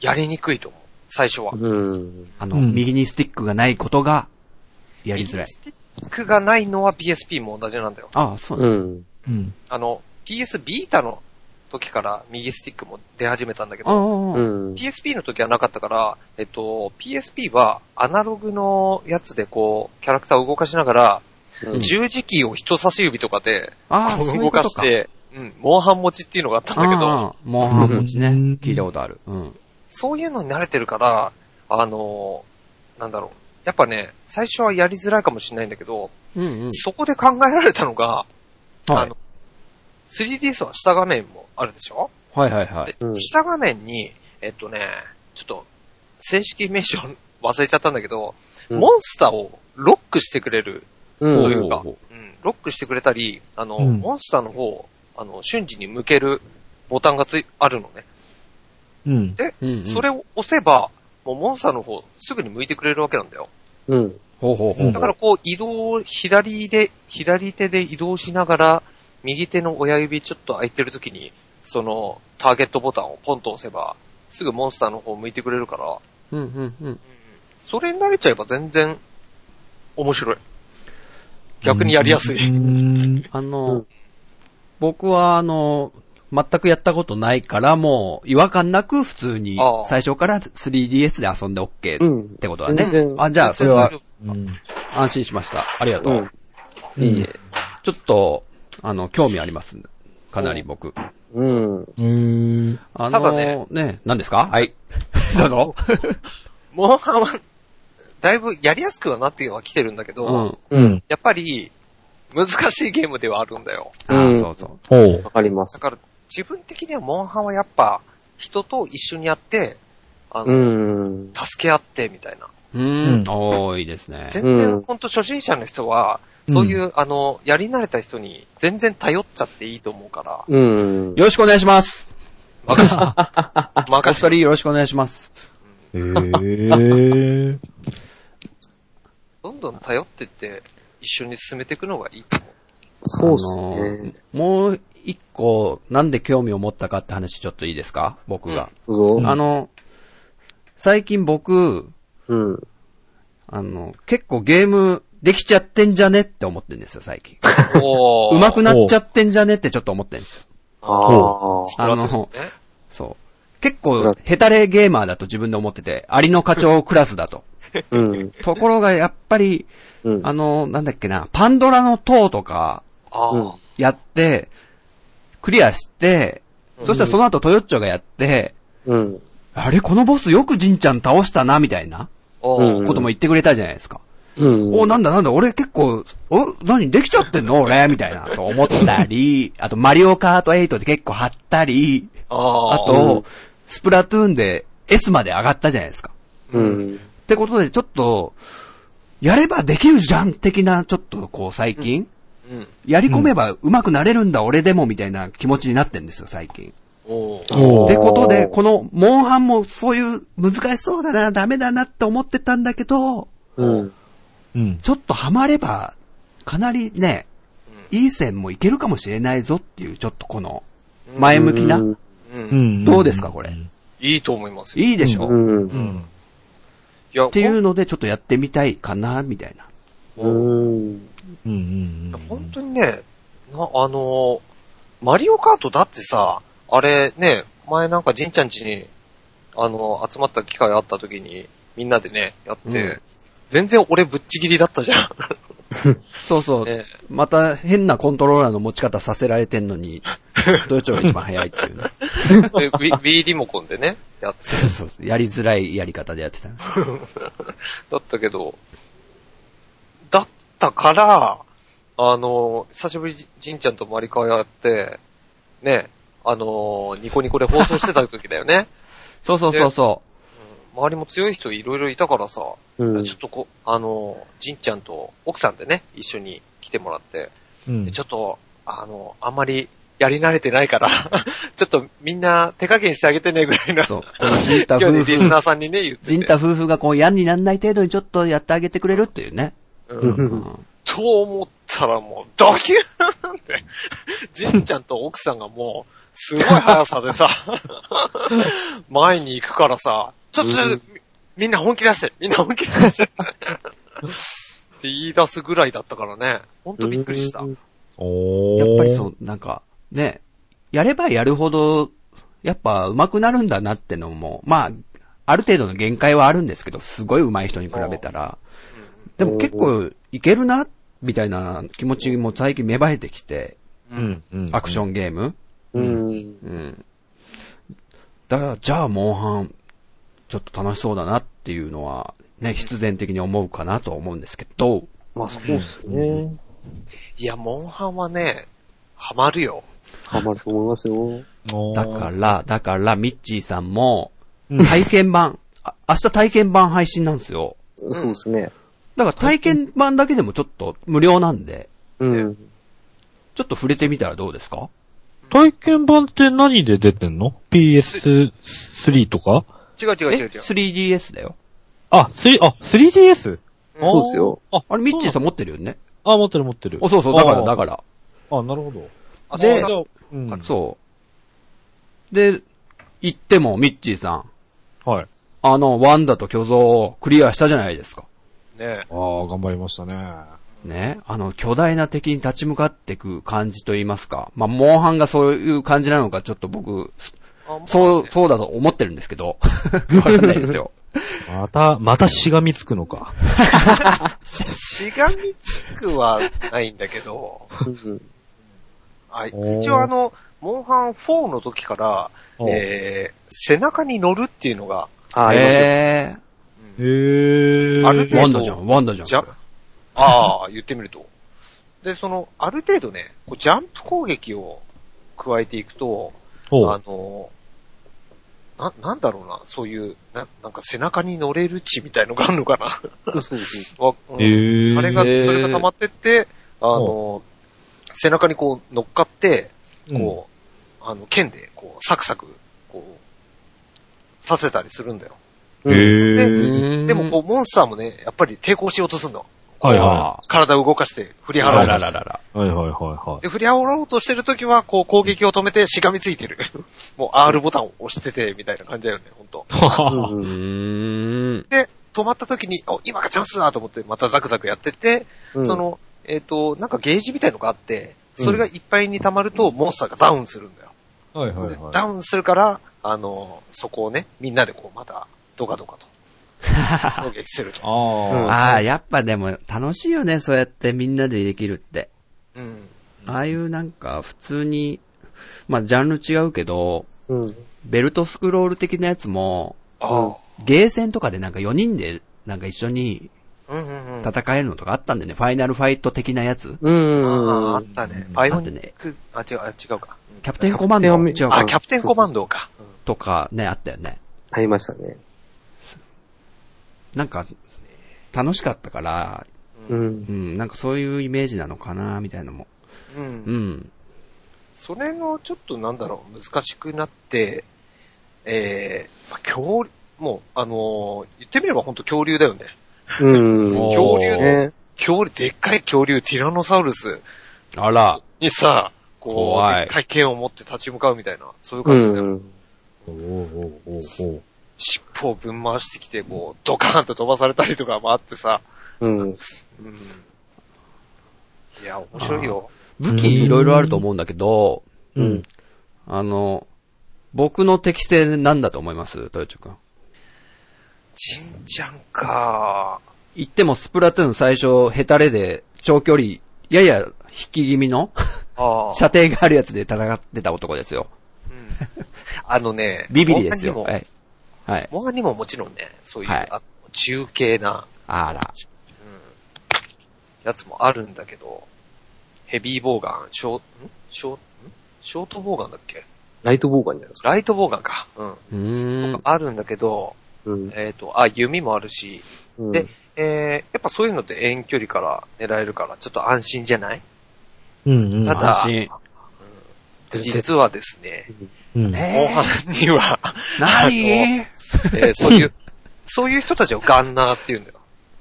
やりにくいと思う。最初は。
うん。
あの、
うん
右にスティックがないことが、やりづらい。
スティックがないのは PSP も同じなんだよ。
ああ、そう
う
なんだ。
ん。
うん。
あの、PS ビータの時から右スティックも出始めたんだけ
ああ
ど、
う
ああ、
ん。
PSP の時はなかったから、えっと、PSP はアナログのやつでこう、キャラクターを動かしながら、
うん
十字キーを人差し指とかで、
ああ、
こ
そうい
う
う
動
こ
か
と
し
か。
て、うん、モンハン持ちっていうのがあったんだけど、
ああ、モンハン持ちね
うん。
聞いたことある。うん。
そういうのに慣れてるから、あのーなんだろう。やっぱね、最初はやりづらいかもしれないんだけど、
うんうん。
そこで考えられたのが、
は
あ
い
の、3DS は下画面もあるでしょ、
はいはいはい。
で
うん
下画面に、えっとね、ちょっと、正式名称忘れちゃったんだけど、
うん
モンスターをロックしてくれる、
う
と
ん。
いうか
ほうほ
うん、ロックしてくれたり、あの、
うん
モンスターの方を、あの、瞬時に向けるボタンがつい、あるのね。
うん。
うんうん
それを押せば、もうモンスターの方、すぐに向いてくれるわけなんだよ。
うん。
ほうほうほう。
だからこう移動を左で、左手で移動しながら、右手の親指ちょっと空いてる時に、そのターゲットボタンをポンと押せば、すぐモンスターの方向いてくれるから、
うんうんうん。
それに慣れちゃえば全然面白い。逆にやりやすい。
うん。
あ
う
の
ん、
僕はあの、全くやったことないから、もう違和感なく普通に
ああ
最初から 3DS で遊んで
う
OK っ
ん。
てことだね
全然。
あ、じ ゃあそれは
うん。
安心しました。ありがと
う
う。
ん。
いいえ。ちょっと、あの、興味あります。かなり僕。
うん。
うん。
あの、
ただね
ね、何ですかはい。 どうぞ。
モンハンは、だいぶやりやすくはなっては来てるんだけど、
うん。あ
うん。
やっぱり、難しいゲームではあるんだよ。
あ、
うん
そうそう。
ほう
わ。かります
だ。から、自分的にはモンハンはやっぱ、人と一緒にやって、あ
う
の、
ん。
助け合ってみたいな。
う
うん
ん。おー、いいですね。
全然、
うん
ほんと初心者の人は、そういう、あの、やり慣れた人に全然頼っちゃっていいと思う から、
うん。
よろしくお願いします。
任せて、
お二
任せ
人よろしくお願いします。
へ え。
どんどん頼ってって、一緒に進めていくのがいいと思う。
そうっす
あ
ね
の。もう一個、なんで興味を持ったかって話ちょっといいですか僕が。
どうぞ。
あの、最近僕、
うん。
あの、結構ゲームできちゃってんじゃねって思ってんですよ、最近。
お
上手く
な
なっちゃってんじゃねってちょっと思ってんですよ。
ああ。
あの、
ね。
そう。結構、ヘタレゲーマーだと自分で思ってて、アリの課長クラスだと。
うん。
ところが、やっぱり、
うん。
あの、なんだっけな、パンドラの塔とか、
あ
う
ー
ん
やって、クリアして、そしたらその後トヨッチョがやって、
うん。
あれこのボスよくジンちゃん倒したな、みたいな
お
う
ー
ん
ことも言ってくれたじゃないですか。
うん。
お、なんだなんだ、俺結構、お、何できちゃってんの俺みたいな、と思ったり、あとマリオカート8で結構張ったり、
あ
あ
ー
と、スプラトゥーンで S まで上がったじゃないですか。
うん。
ってことでちょっと、やればできるじゃん的な、ちょっとこう最近、
うん。
やり込めば上手くなれるんだ、俺でもみたいな気持ちになってんですよ、最近。
おー
ほ
ってことで、
おー
この、モンハンもそういう難しそうだな、ダメだなって思ってたんだけど、
うん。
う。うん。
ちょっとハマれば、かなりね、いい線もいけるかもしれないぞっていう、ちょっとこの、前向きな、
うん
う。
うんん。
どうですかこれ
いいと思いますよ。
いいでしょ、
うん。
っ
うん。
いや、ってて
い
いう
うので、ちょっとやってみたいかな、みたいな。
うん。
うんうんうん。
本当にね、な、あのーマリオカートだってさ、あれね、前なんかじんちゃんちに、あのー集まった機会あった時に、みんなでね、やって、
うん
全然俺ぶっちぎりだったじゃん。
そうそう。
ね
また変なコントローラーの持ち方させられてんの に、どっちが一番早いっていうね。
で、ウィ Wii リモコンでね、やって、
そうそうそう。やりづらいやり方でやってた。
だったけど、だったから、あのー久しぶりにじんちゃんとマリカやって、 ね、あのーニコニコで放送してた時だよね。
そうそうそうそ
周りも強い人いろいろいたからさ、
うん。
ちょっとこ、あの、じんちゃんと奥さんでね、一緒に来てもらって、
うん
でちょっと、あの、あんまりやり慣れてないから、 ちょっとみんな手加減してあげてね、ぐらいな。
そう。このジンタ
今
夫
日ね、リス
婦、
ナーさんにね、言ってて。
ジンタ夫婦がこう、嫌になんない程度にちょっとやってあげてくれるっていうね。
うん
うん
と思ったらもう、ドキューンって、 じんちゃんと奥さんがもう、すごい速さでさ、 前に行くからさ、ちょっと、ちょっとみみんな本気出せみんな本気出せって言い出すぐらいだったからね、ほんとびっくりした。
お。
やっぱりそうう、なんか、ね、やればやるほど、やっぱ上手くなるんだなってのも、まあ、ある程度の限界はあるんですけど、すごい上手い人に比べたら、でも結構いけるな、みたいな気持ちも最近芽生えてきて、
う
う。ん、うん。
アクションゲーム。
うん。
うん。だから、じゃあ、モンハン、ちょっと楽しそうだなっていうのは、ね、必然的に思うかなと思うんですけど、
まあ、そうっすね。
いや、モンハンはね、ハマるよ。
ハマると思いますよ。
おー
だから、だから、ミッチーさんも、
うん
体験版、あ明日体験版配信なんですよ。
そうですね。
だから体験版だけでもちょっと無料なんで、
うん。
ちょっと触れてみたらどうですか
体験版って何で出てんの ?PS3 とか
違う違う
え、
違う違う。
3DS だよ。
あ、3、あ、3DS?
うん
そうですよ。
あ、
あれ、ミッチーさ
ん。
ん持ってるよね。
あ、持ってる持ってる。
お、そうそう、だから、
あ
だから。
あ、なるほど。
あ
で
そう
じ
だ
ゃあうん。
そう。で、行っても、ミッチーさん、
はい。
あの、ワンダと巨像をクリアしたじゃないですか。
ね
ああ、頑張りましたね。
ね、あの、巨大な敵に立ち向かっていく感じと言いますか。まあ、モンハンがそういう感じなのか、ちょっと僕、
あ
そう、そうだと思ってるんですけど。 わかんないです よ。
また、またしがみつくのか。
しがみつくはないんだけ ど、
うん
あ
おー
一応あの、モンハン4の時から、えー、背中に乗るっていうのが、
あ、ありますよ
え
へー。
ある
ー、
程
ワン
度
ダじゃん、ワンダじゃん。
じゃあ あ、言ってみると。で、その、ある程度ね、こうジャンプ攻撃を加えていくと、
ほ
あ
う。
の、な、なんだろうな、そういう、な、なんか背中に乗れる血みたいのがあるのかな。
そうですね。
わうん
へー。
あれが、
へー
それが溜まってって、あの、背中にこう乗っかって、こう、あの、剣で、こう、サクサク、こう、させたりするんだよ。
うん。へー。
で
でも、こう、モンスターもね、やっぱり抵抗しようとするの。
はいは
体を動かして、振り
う
払
あ
お
らら
うと
ら
して。
らら。
い。はいはい はいはい。
で、振り払おうとしてるときは、こう、攻撃を止めて、しがみついてる。 もう、R ボタンを押してて、みたいな感じだよね、ほんと。
うん
うーん。
で、止まったときに、お、今がチャンスだと思って、またザクザクやってって、
うん
そ、の、えっ、と、なんかゲージみたいのがあって、それがいっぱいに溜まると、モンスターがダウンするんだよ。
はいはい
で
はい。
ダウンするから、あの、そこをね、みんなでこう、また、ドカドカと、攻撃すると。
あ
ああ、やっぱでも楽しいよね、そうやってみんなでできるって。
うん。
ああいうなんか普通に、まあジャンル違うけど、
うん。
ベルトスクロール的なやつも、
あ
ゲーセンとかでなんか4人でなんか一緒に
あ。うんうんうん。
戦えるのとかあったんだよね。ファイナルファイト的なやつ。
うん。
ああ、あったね。バイオニック、あ、違う、あ違うか。
キャプテンコマンド
キャプテンアメ
違
あ、
う
キャプテンコマンドか。
とかね、あったよね。
ありましたね。
なんか、楽しかったから、
う。
うんん、なんかそういうイメージなのかな、みたいなのも。
うん。
う
うん
ん。
それのちょっとなんだろう、難しくなって、えー、まあ恐竜、もう、あのー言ってみれば本当恐竜だよね。
うん。
おー
恐竜ね。
ね。
恐竜、でっかい恐竜、ティラノサウルス
あら、
にさ、こう、
怖い
でっかい剣を持って立ち向かうみたいな、そういう
う
感じで、
ん。
おおおお
尻尾をぶん回してきて、こう、ドカーンと飛ばされたりとかもあってさ、
うん。
うん。いや、面白いよ。
武器いろいろあると思うんだけど、
うん。
あの、僕の適性なんだと思います、豊地君。
ちんちゃんか
言ってもスプラトゥーン最初、ヘタレで、長距離、やや引き気味の、
ああ。
射程があるやつで戦ってた男ですよ。
うんあのね、
ビビリですよ。
モン
は
ハンにも
い。はい。
モンハンにももちろんね、そういう、
はい
あ重系な
あら。
やつもあるんだけど、ヘビーボウガン、ショー、んショー、んショートボウガンだっけ
ライトボーガンじゃないですか。
ライトボウガンか。うん。
うーん。
あるんだけど、
うん。
えっ、と、あ、弓もあるし、
うん
でえー、やっぱそういうのって遠距離から狙えるから、ちょっと安心じゃない
うんうん。
ただ
安心。
実はですね、
うん。
後
え
半には、
ー、なに
えーそういう、そういう人たちをガンナーって言うんだよ。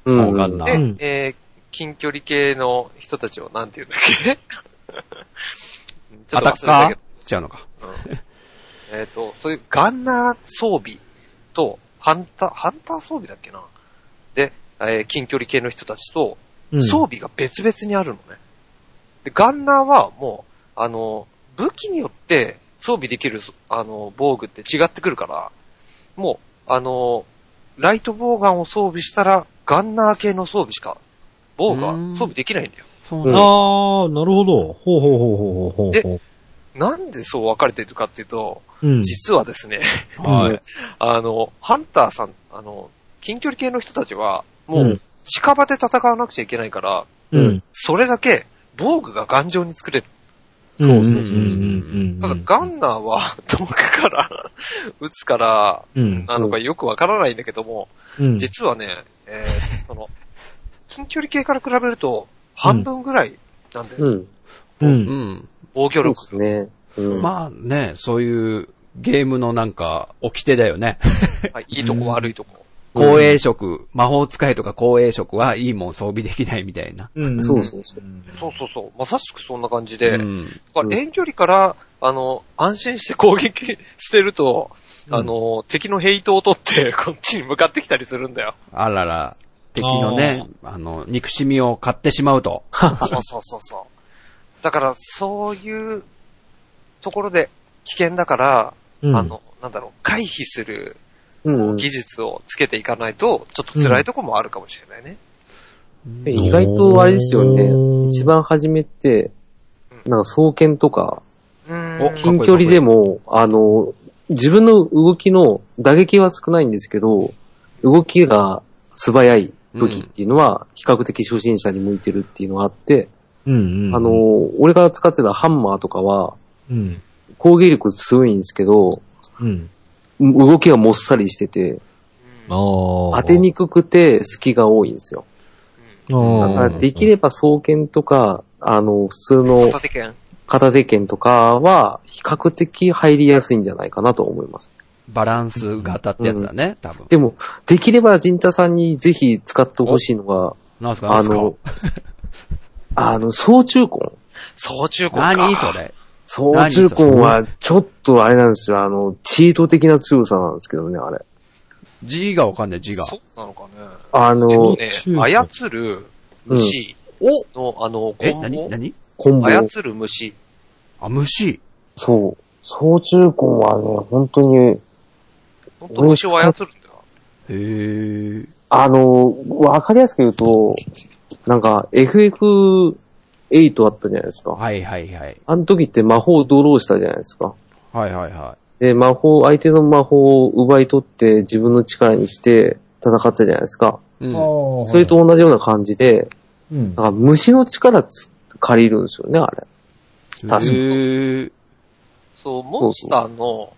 うん。
わかんな
で、
い。
うん
えー近距離系の人たちをなんて言うんだっけ ちょ
アタ
っと忘れ
ッ
た
カ
け
ー違うのか。
ど。うんえっと、そういうガンナー装備と、ハンター、ハンター装備だっけなで、えー近距離系の人たちと、
うん
装備が別々にあるのね。で、ガンナーはもう、あの、武器によって装備できる、あの、防具って違ってくるから、もう、あの、ライトボウガンを装備したら、ガンナー系の装備しか、防具は
うん
装備できないんだよ。
そう
う
なんん
あ
だ
ー、なるほど。ほうほうほうほうほうほう。
なんでそう分かれてるかっていうと、
うん。
実はですね、
はい。
あの、ハンターさん、あの、近距離系の人たちは、も
うん
う、近場で戦わなくちゃいけないから、
うん。
それだけ、防具が頑丈に作れる。
そう
そうそうそう
ただ、ガンナーは、 遠くから、撃つから、
うん。
なのかよくわからないんだけども、
うん。
実はね、えー、その、近距離系から比べると、半分ぐらいなんで、
うん。
う。
うんん。
防御
そうで
力。
すね。うん。
まあね、そういうゲームのなんか、掟だよね。
はい、いいとこ、悪いとこ。
公営職、魔法使いとか公営職はいいもん装備できないみたいな。
うん。
そうそうそう。
そうそうそう。まさしくそんな感じで、
うん。
だから遠距離から、あの、安心して攻撃してると、あの、敵のヘイトを取って、 こっちに向かってきたりするんだよ。
あらら、敵のね、あの、憎しみを買ってしまうと。
そうそうそうそう。だから、そういうところで危険だから、
うん。
あの、なんだろう、回避する
うん。
技術をつけていかないと、ちょっと辛いとこもあるかもしれないね。
意外とあれですよね。一番初めって、なんか双剣とか、
う
お
ーん。
かっこいい
近距離でも、あの、自分の動きの打撃は少ないんですけど、動きが素早い武器っていうのは、比較的初心者に向いてるっていうのがあって、
うん。
あの、、俺が使ってたハンマーとかは、
うん。
攻撃力強いんですけど、
うん。
動きがもっさりしてて、
う
あ
ん
当
当
て、にくくて隙が多いんですよ。だからできれば双剣とか、あの、普通の
片手剣。
片手剣とかは、比較的入りやすいんじゃないかなと思います。
バランス型ってやつだね、多分。
でも、できれば、ジンタさんにぜひ使ってほしいのが、
なんすかな
あ
んすか
の、 あの、総中根。
総中国か。
何それ
総中根は、ちょっとあれなんですよ、あの、チート的な強さなんですけどね、あれ。
字がわかんない、字が。
そうなのかね。
あ
えっと
の、
ね
中、国
操る虫の、あの、
え、
コン
何何
コンボ。
操る虫。
あ、虫。
そう。総中根はね、本当に、
本当虫を操るんだよ。
へー。
あの、わかりやすく言うと、なんか、FF8 あったじゃないですか。
はいはいはい。
あの時って魔法をドローしたじゃないですか。
はいはいは
で、魔法、相手の魔法を奪い取って自分の力にして戦ったじゃないですか。
い。うん。
そ
それと、同じような感じで、
うん
なんか虫の力つ借りるんですよね、あれ。確か
へー。
そう、モンスターの、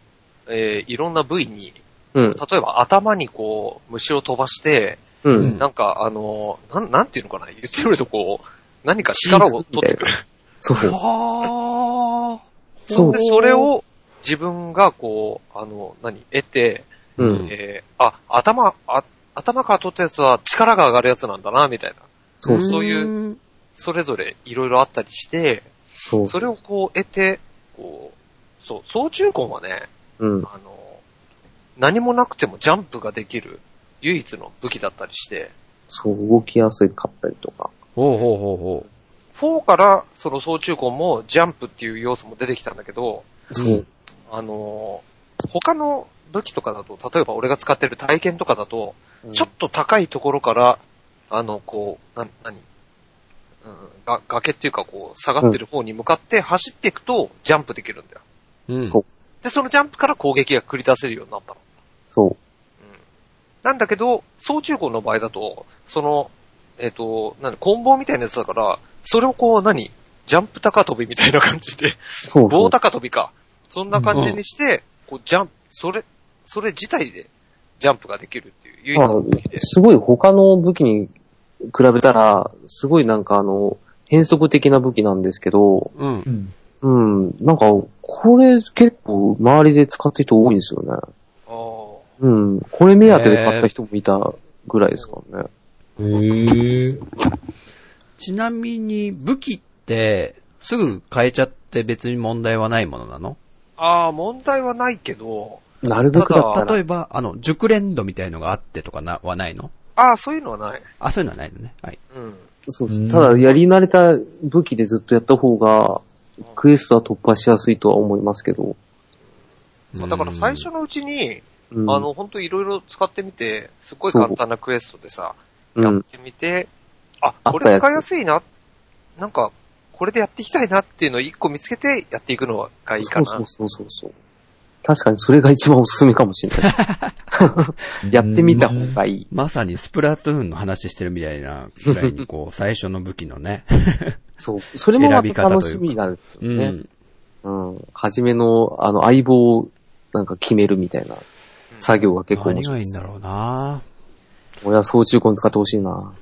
えーいろんな部位に、
うん。
例えば頭にこう、虫を飛ばして、
う。
うん
なんかあの、なん、なんていうのかな言ってみるとこう、何か力を取ってくる。
そう。
は
そう
で、。それを自分がこう、あの、何得て、
うん。
えーあ、頭、あ、頭から取ったやつは力が上がるやつなんだな、みたいな。
ー。
そう
そういう
う。
それぞれいろいろあったりして、
そう。
それをこう得て、こう、そう、総中根はね、
うん。
あの、何もなくてもジャンプができる唯一の武器だったりして、
そう、動きやすかったりとか。
ほうほうほうほう。
4からその総中根もジャンプっていう要素も出てきたんだけど、
そう。
あの、他の武器とかだと、例えば俺が使ってる体験とかだと、ちょっと高いところから、あの、こう、な、なに、うん、が、崖っていうかこう、下がってる方に向かって走っていくと、ジャンプできるんだよ。
うん
そう
で、そのジャンプから攻撃が繰り出せるようになったの。
そう。
なんだけど、総中高の場合だと、その、えっ、と、なんだ、棍棒みたいなやつだから、それをこう、何ジャンプ高跳びみたいな感じで、
そう。
棒高跳びか。そんな感じにして、こう、ジャンプ、それ、それ自体で、ジャンプができるっていう唯
まあ
一の武器で、
すごい他の武器に比べたら、すごいなんかあの、変則的な武器なんですけど、
うん。
うん。
うん、なんか、これ結構周りで使ってる人多いんですよね。
あー
うん、これ目当てで買った人もいたぐらいですからね。
へー。
ちなみに、武器って、すぐ変えちゃって別に問題はないものなの
あー、問題はないけど、
なるべくだったら
例。えば、あの、熟練度みたいのがあってとかな、はないの
ああ、そういうのはない。
あ、そういうのはないのね。はい。
うん。
そうそうただ、やり慣れた武器でずっとやった方が、クエストは突破しやすいとは思いますけど。
まあだから最初のうちに、
うん、
あの、本当いろいろ使ってみて、すっごい簡単なクエストでさ、
う
やっ
ん、
てみて、あ、
あったやつ
これ使いやすいな、なんか、これでやっていきたいなっていうのを一個見つけてやっていくのがいいか
そう
な。
そうそうそうそう。確かにそれが一番おすすめかもしれない。 やってみた方がいい。
まさにスプラトゥーンの話してるみたいな、ぐらいにこう、最初の武器の ね。
そう。それもま
選び
た
方という
楽
か
しみなんです
う
よね。
ん。
うん。初めの、あの、相棒をなんか決めるみたいな作業が結構面
何
白
が
い
い
で
いん
す
だ。ろうな
俺は総中根使ってほしいな。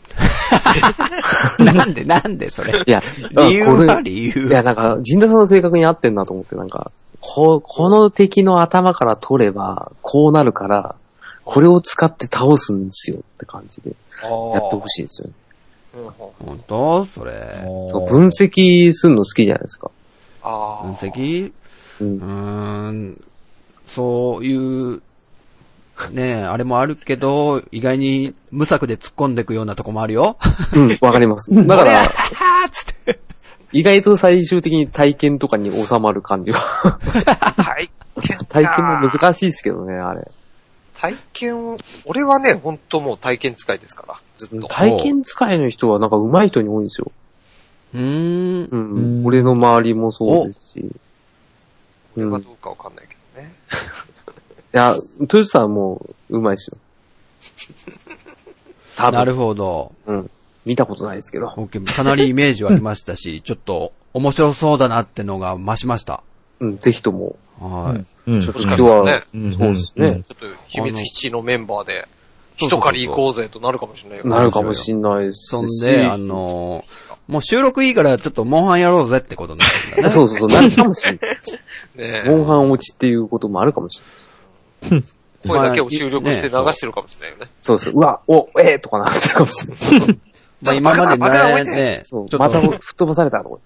なんで、なんでそれ。
いや、
理由
これ
は理由。
いや、なんか、陣田さんの性格に合ってんなと思って、なんか、ここの敵の頭から取れば、こうなるから、これを使って倒すんですよって感じで、やってほしいんですよね。
うんうんあ
本当それ。
そう分析するの好きじゃないですか。
あ。
分析
うん
う。ーん、そういう、ねえ、あれもあるけど、意外に無策で突っ込んでいくようなとこもあるよ。
うん、わかります。だから、
はぁつって。
意外と最終的に体験とかに収まる感じが。
体験
体験も難しいですけどね、あれ。
体験を、俺はね、本当もう体験使いですから、ずっと。
体験使いの人はなんか上手い人に多いんですよ。
うーん。
うん。
うん
俺の周りもそうですし。う
俺
ん。
はいどうかわかんないけどね。
や、トヨタさんはもう上手い ですよ。多分
なるほど。
うん。見たことないですけど。
OK かなりイメージはありましたし、 ちょっと面白そうだなってのが増しました。
うん、ぜひとも。
はい。
うん。
ちょっ
も
と
し
今
かし
日
たら
は
ね、
うん
そうですね。
ちょっと秘密基地のメンバー
そう
で、
そうそう
一狩り行こうぜとなるかもしれないよ。
なるかもしんないですし。
そんで、あのーもう収録いいからちょっとモンハンやろうぜってことにな るんだね。
そうそうそう、なるかもしれない。
ね
モンハン落ちっていうこともあるかもしれない。
声だけを収録して流
まあね
してるかもしれないよね。
そうそう、うわ、お、ええとかなってるかもしれない。
まあ今まで
バカだバカだ
ね、
置いて
ねち
そ
ょっ
う、また
と
吹っ飛ばされたとか。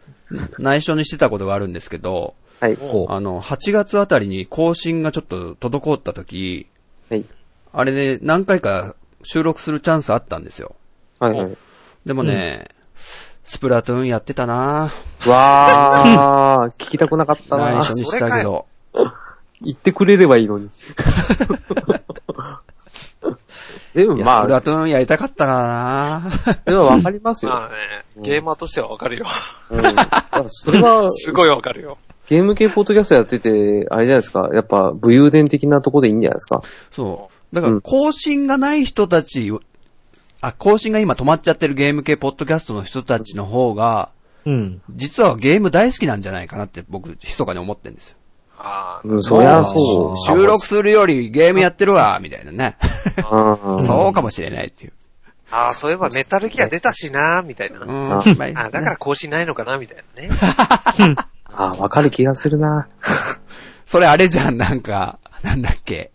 内緒にしてたことがあるんですけど、
はい。
お
あの、8月あたりに更新がちょっと滞った時、
はい。
あれで、何回か収録するチャンスあったんですよ。
はいはい。
でもね、スプラトゥーンやってたな
わー、聞きたくなかった
内
な
緒にしたけど。
言ってくれればいいの に。でも
いや、
ま
ス
あ、
プラトゥーンやりたかったからな
でもわかりますよ。
まあね、ゲーマーとしてはわかるよ。
うんだからそれは、
すごいわかるよ。
ゲーム系ポッドキャストやってて、あれじゃないですか、やっぱ武勇伝的なとこでいいんじゃないですか。
そう。だか
う
ら、
ん
更新がない人たち、あ、更新が今止まっちゃってるゲーム系ポッドキャストの人たちの方が、
うん。
実はゲーム大好きなんじゃないかなって僕、密かに思ってんですよ。
あ
うん、そりゃそう。
収録するよりゲームやってるわ、みたいなね。
うん
そうかもしれないっていう。
あ、ああそういえばメタルギア出たしな、みたいな。
うん。
あ
まあ
あだから更新ないのかな、みたいなね。
あわかる気がするな。
それあれじゃん、なんか、なんだっけ。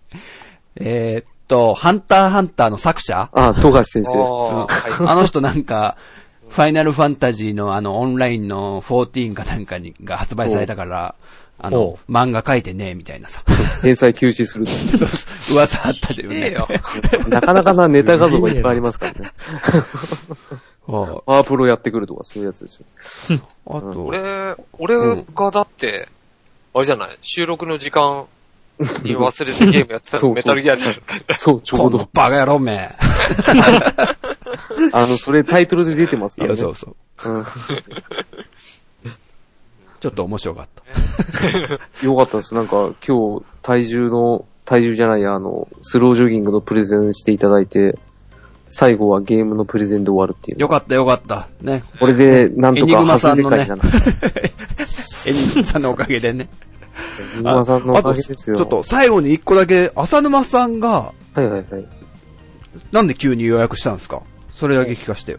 えーっと、ハンターハンターの作者
あ、富樫先生。
あーはい
あの人なんか、ファイナルファンタジーのあの、オンラインの14かなんかに、が発売されたから、あの
そ、
漫画書いてね、みたいなさ、
天才休止する。
噂あったじゃん
いい
ね。
よ。
なかなかなネタ画像がいっぱいありますからね。
おう
パワープロやってくるとか、そういうやつですよ。
あと、
俺、俺がだって、あれじゃない、収録の時間に忘れてゲームやって
そ
た
うそ
の
う
メタルギアになって
そう、ちょ
こ
う
の
ど。
バカ野郎め。
あの、それタイトルで出てます
い
から
や、
ね。
そうそう。
うん
ちょっと面白かった。
よかったです。なんか、今日、体重の、体重じゃないや、あの、スロージョギングのプレゼンしていただいて、最後はゲームのプレゼンで終わるっていう。
よかった、よかった。ね。
これで、なん
エ
と
ニグ
か
マさんのね、エ
外れ会になる
ニグマさんのお かげでね。
エニグマさんのおかげですよ。
あとちょっと最後に一個だけ、浅沼さんが、
はいはいはい。
なんで急に予約したんですかそれだけ聞かしてよ。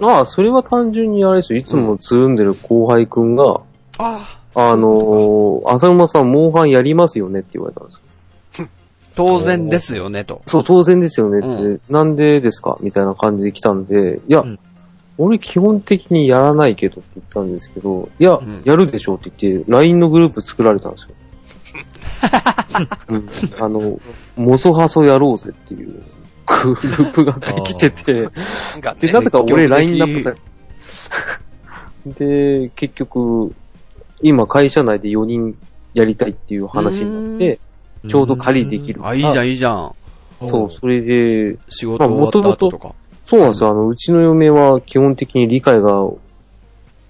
ああ、それは単純にあれですよ。いつもつるんでる後輩くんが、
ああ、
あのー、浅沼さん、モンハンやりますよねって言われたんですよ。
当然ですよね、と。
そう、当然ですよねって、
う
なんでですかみたいな感じで来たんで、いや、
うん
俺基本的にやらないけどって言ったんですけど、いや、
ん
やるでしょうって言って、LINE のグループ作られたんですよ。うんあの、モソハソやろうぜっていうグループができてて、
がね
で、なぜか俺
積極的
LINE ナップされで、結局、今会社内で4人やりたいっていう話になって、ちょうど借りできる。
あ、いいじゃん、いいじゃん。
うん。
そう、それで、
仕事終わった後とか。
そうなんですよ。あの、うちの嫁は基本的に理解が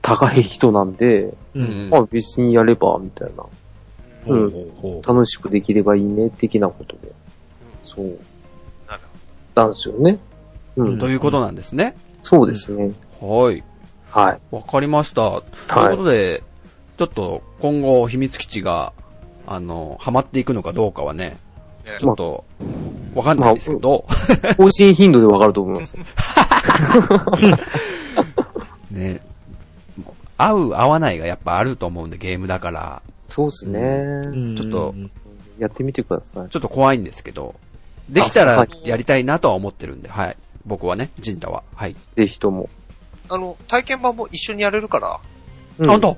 高い人なんで、
う。
うんん
まあ別にやれば、みたいな。
ほ
う
うんほうほう。
楽しくできればいいね、的なことで。そう。
なる
なんですよね。うん。
うん
ということなんですね。
そうですね。
はい。
はい。
わかりました。ということで、ちょっと今後秘密基地が、あの、ハマっていくのかどうかはね、
ね
ちょっと、わかんないですけど、
更新頻度でわかると思います。
ね、合う合わないがやっぱあると思うんでゲームだから、
そうですね、
ちょっと
うん
やってみてください。
ちょっと怖いんですけど、できた
あは
ら
い
やりたいなとは思ってるんで、はい。僕はね、ジンタは。はい。
ぜひとも。
あの、体験版も一緒にやれるから、
うん
あんと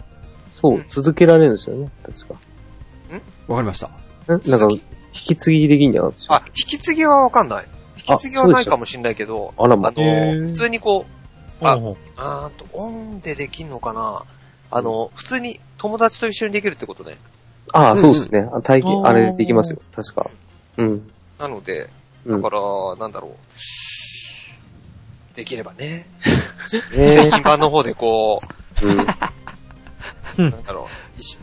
そう、続けられるんですよね。確か。
わかりました。
んなんか、引き継ぎできんじゃなかったでしょ
あ、引き継ぎはわかんない。引き継ぎはないかもしんないけど、
あら
あ
ま
の、。
へー
普通にこう、あ
ほうほ
あーんと、オンでできんのかなあの、普通に友達と一緒にできるってことね。
ああ、そうですね。あ体験、
あー
あれできますよ。確か。うん。
なので、
う
だ
ん
か。ら、なんだろう。できればね。製
ね
品版の方でこ
うん。
う、なんだろう、一緒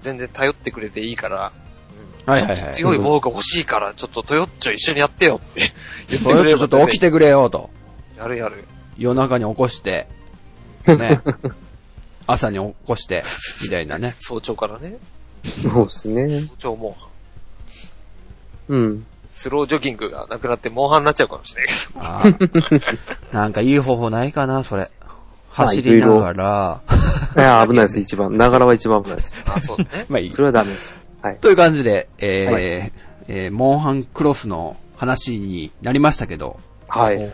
全然頼ってくれていいから、
はいはいはい。
強い棒が欲しいから、ちょっとトヨッチョ一緒にやってよって言って
トヨ
く
ッ
れ
チョ
る
ちょっと起きてくれよと。
やるやる。
夜中に起こして、ね。 朝に起こして、みたいなね。
早朝からね。
そうですね。
早朝も、
うん。
スロージョギングがなくなって、モンハンになっちゃうかもしれないけ
あ ーなんかいい方法ないかな、それ。走りながら。。
いや、危ないです、一番。ながらは一番危ないです。
ど。あ、そうだね
まあいい
そ。れはダメです。はい。
という感じで、えー
はい
えーモンハンクロスの話になりましたけど、
はい。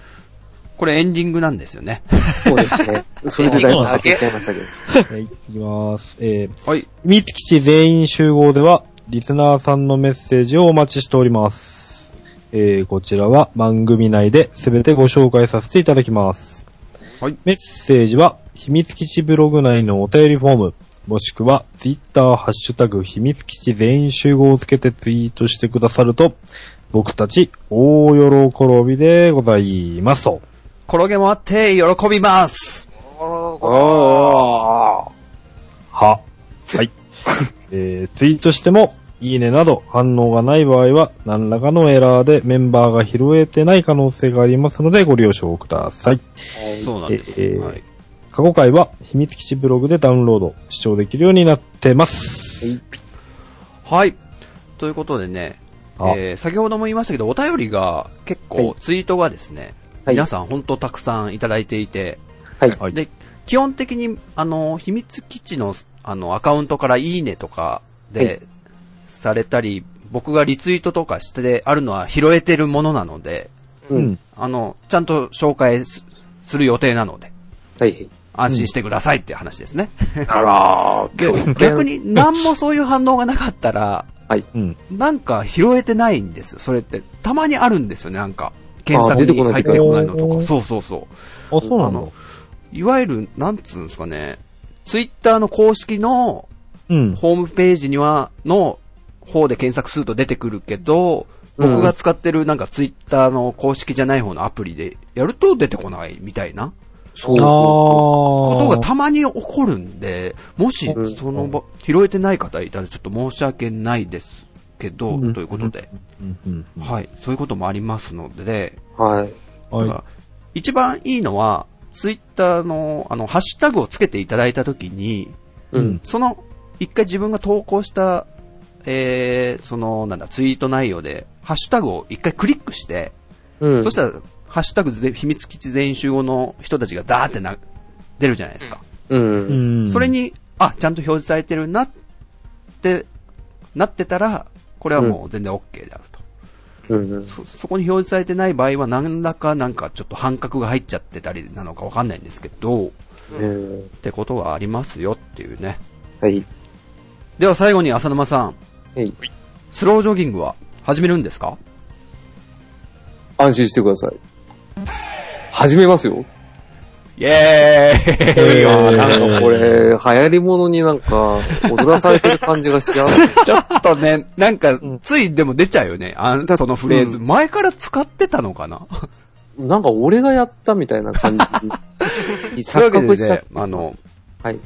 これエンディングなんですよね。
そうです ね。それでだいぶ焦っちゃいましたけど。
うはい、いきます。えー、
はい。
秘密基地全員集合では、リスナーさんのメッセージをお待ちしております。えー、こちらは番組内で全てご紹介させていただきます。
はい。
メッセージは、秘密基地ブログ内のお便りフォーム、もしくは、ツイッターハッシュタグ、秘密基地全員集合をつけてツイートしてくださると、僕たち、大喜びでございますと。
転げ回って喜びます
ああ。
は。はい。 えー、ツイートしても、いいねなど反応がない場合は、何らかのエラーでメンバーが拾えてない可能性がありますのでご了承ください。
そうなんです。
えー
はい。
過去回は秘密基地ブログでダウンロード、視聴できるようになってます。
はい。ということでね、
あ
えー先ほども言いましたけど、お便りが結
は
構
い、
ツイートがですね、
はい
皆さん本当たくさんいただいていて、
はい
はい
で、基本的に、あの、秘密基地の、あの、アカウントからいいねとかで、
はい
されたり、僕がリツイートとかしてあるのは拾えてるものなので、
う。
うんん。
あの、ちゃんと紹介すする予定なので、
はい。
安心してくださいっていう話ですね。
あら
で 逆。に何もそういう反応がなかったら、
うん。
なんか拾えてないんですよ。それって、たまにあるんですよね、なんか。検索
あー出てこ
に
ない
入っ
時あ
て
る
こないのと
お
か。
ー
そうそうそう。
あ、そうなの
いわゆる、なんつうんですかね、ツイッターの公式の
うん。
ホームページには、の方で検索すると出てくるけど、僕が使ってるなんかツイッターの公式じゃない方のアプリでやると出てこないみたいな
そうそう
あ
そ
ことが
ー。
たまに起こるんで、もし
うん
その場、拾えてない方いたらちょっと申し訳ないですけど、
うん
ということで、
うんうんうん
はい、そういうこともありますので、
う。はい。
だか
は
ら一番いいのは、ツイッターの、あの、ハッシュタグをつけていただいたときに、
い。
うん。。
その、一回自分が投稿した、えー、その、なんだ、ツイート内容で、ハッシュタグを一回クリックして、
うん。
そしたら、ハッシュタグぜ秘密基地全員集合の人たちがザーってな、出るじゃないですか。
う。
うんん。
それ、に、あ、ちゃんと表示されてるなって、なってたら、これはもう全然 OK であると。
うん。
そ、そこに表示されてない場合は何らかなんかちょっと半角が入っちゃってたりなのかわかんないんですけど、っ
うん
てことがありますよっていうね。
はい。
では最後に浅沼さん。
はい。
スロージョギングは始めるんですか
安心してください。始めますよ。い
イェーイ
やー
え ー
なんかこ れ、流行り物になんか、踊らされてる感じがして、あ
ちょっとね、なんか、ついでも出ちゃうよね。あんたそのフレーズ、
う
前から使ってたのかな
なんか俺がやったみたいな感じに
そうい
錯
うわ
覚
け
し
で
ちゃっ
ね
て、
あの、
はい。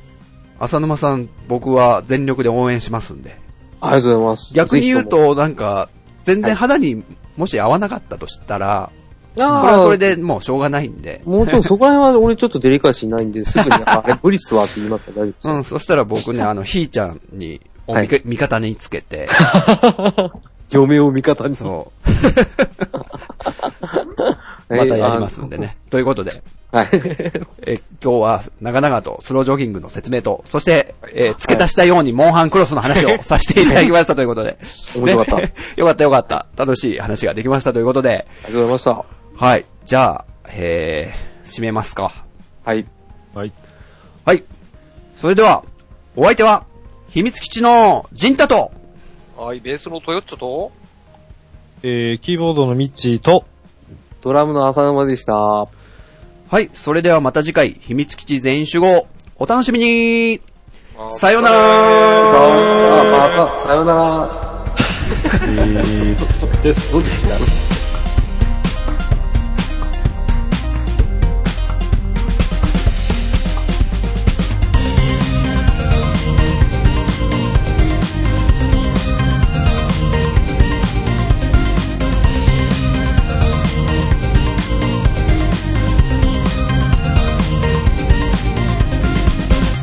浅沼さん、僕は全力で応援しますんで。
ありがとうございます。
逆に言う
ぜ
と、なんか、全然肌にもし合わなかったとしたら、
ひとも、
そ
ああ、
れはそ
それ
れ
で。
でもうしょうがないんで。
もうちょっとそこら辺は俺ちょっとデリカシーないんで、すぐに、あれ、ブリスはって言いますから大丈夫です
う
よ。
ん、そしたら僕ね、あの、ひーちゃんに、を
はい
味方味方につけて、
嫁を味方に。
そう。 またやりますん でね。ということで、
えー。あはい。
えー今日は長々とスロージョギングの説明と、そして、えー付け足したようにモンハンクロスの話をさせていただきましたということで。
面白かった
ね よかったよかった。楽しい話ができましたということで。
ありがとうございました。
はい。じゃあ、えー、締めますか。
はい。
はい。
はい。それでは、お相手は、秘密基地のジンタと、
はい、ベースのトヨッチョと、
えー、キーボードのミッチーと、
ドラムの浅沼でした。は
はい。それではまた次回、秘密基地全員集合、お楽しみにさような
さ
ら
あ、また、さようなら。
えー、です。どうでした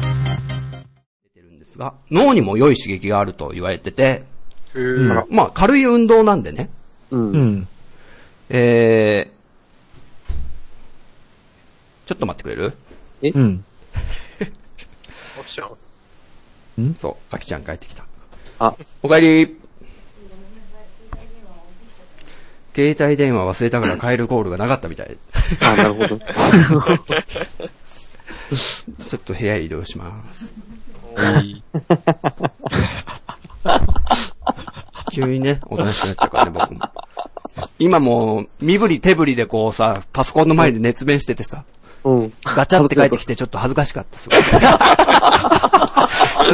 ですが、脳にも良い刺激があると言われてて、
へー
うん
まあ軽い運動なんでね、
うん
う。ん。
えー、ちょっと待ってくれる
うん。
おっしゃん。
そう、かきちゃん帰ってきた。
あ、
おかえり携帯電話忘れたから帰るコールがなかったみたい。
あ、なるほど。
ちょっと部屋移動します。急にね、おとなしくなっちゃうからね、僕も。今もう、身振り手振りでこうさ、パソコンの前で熱弁しててさ、
うん。
ガチャって帰ってきてちょっと恥ずかしか った、すごいすっ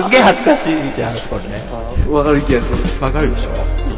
げえ恥ずかしいじゃん、そこね。
悪い気がする。
わかるでしょ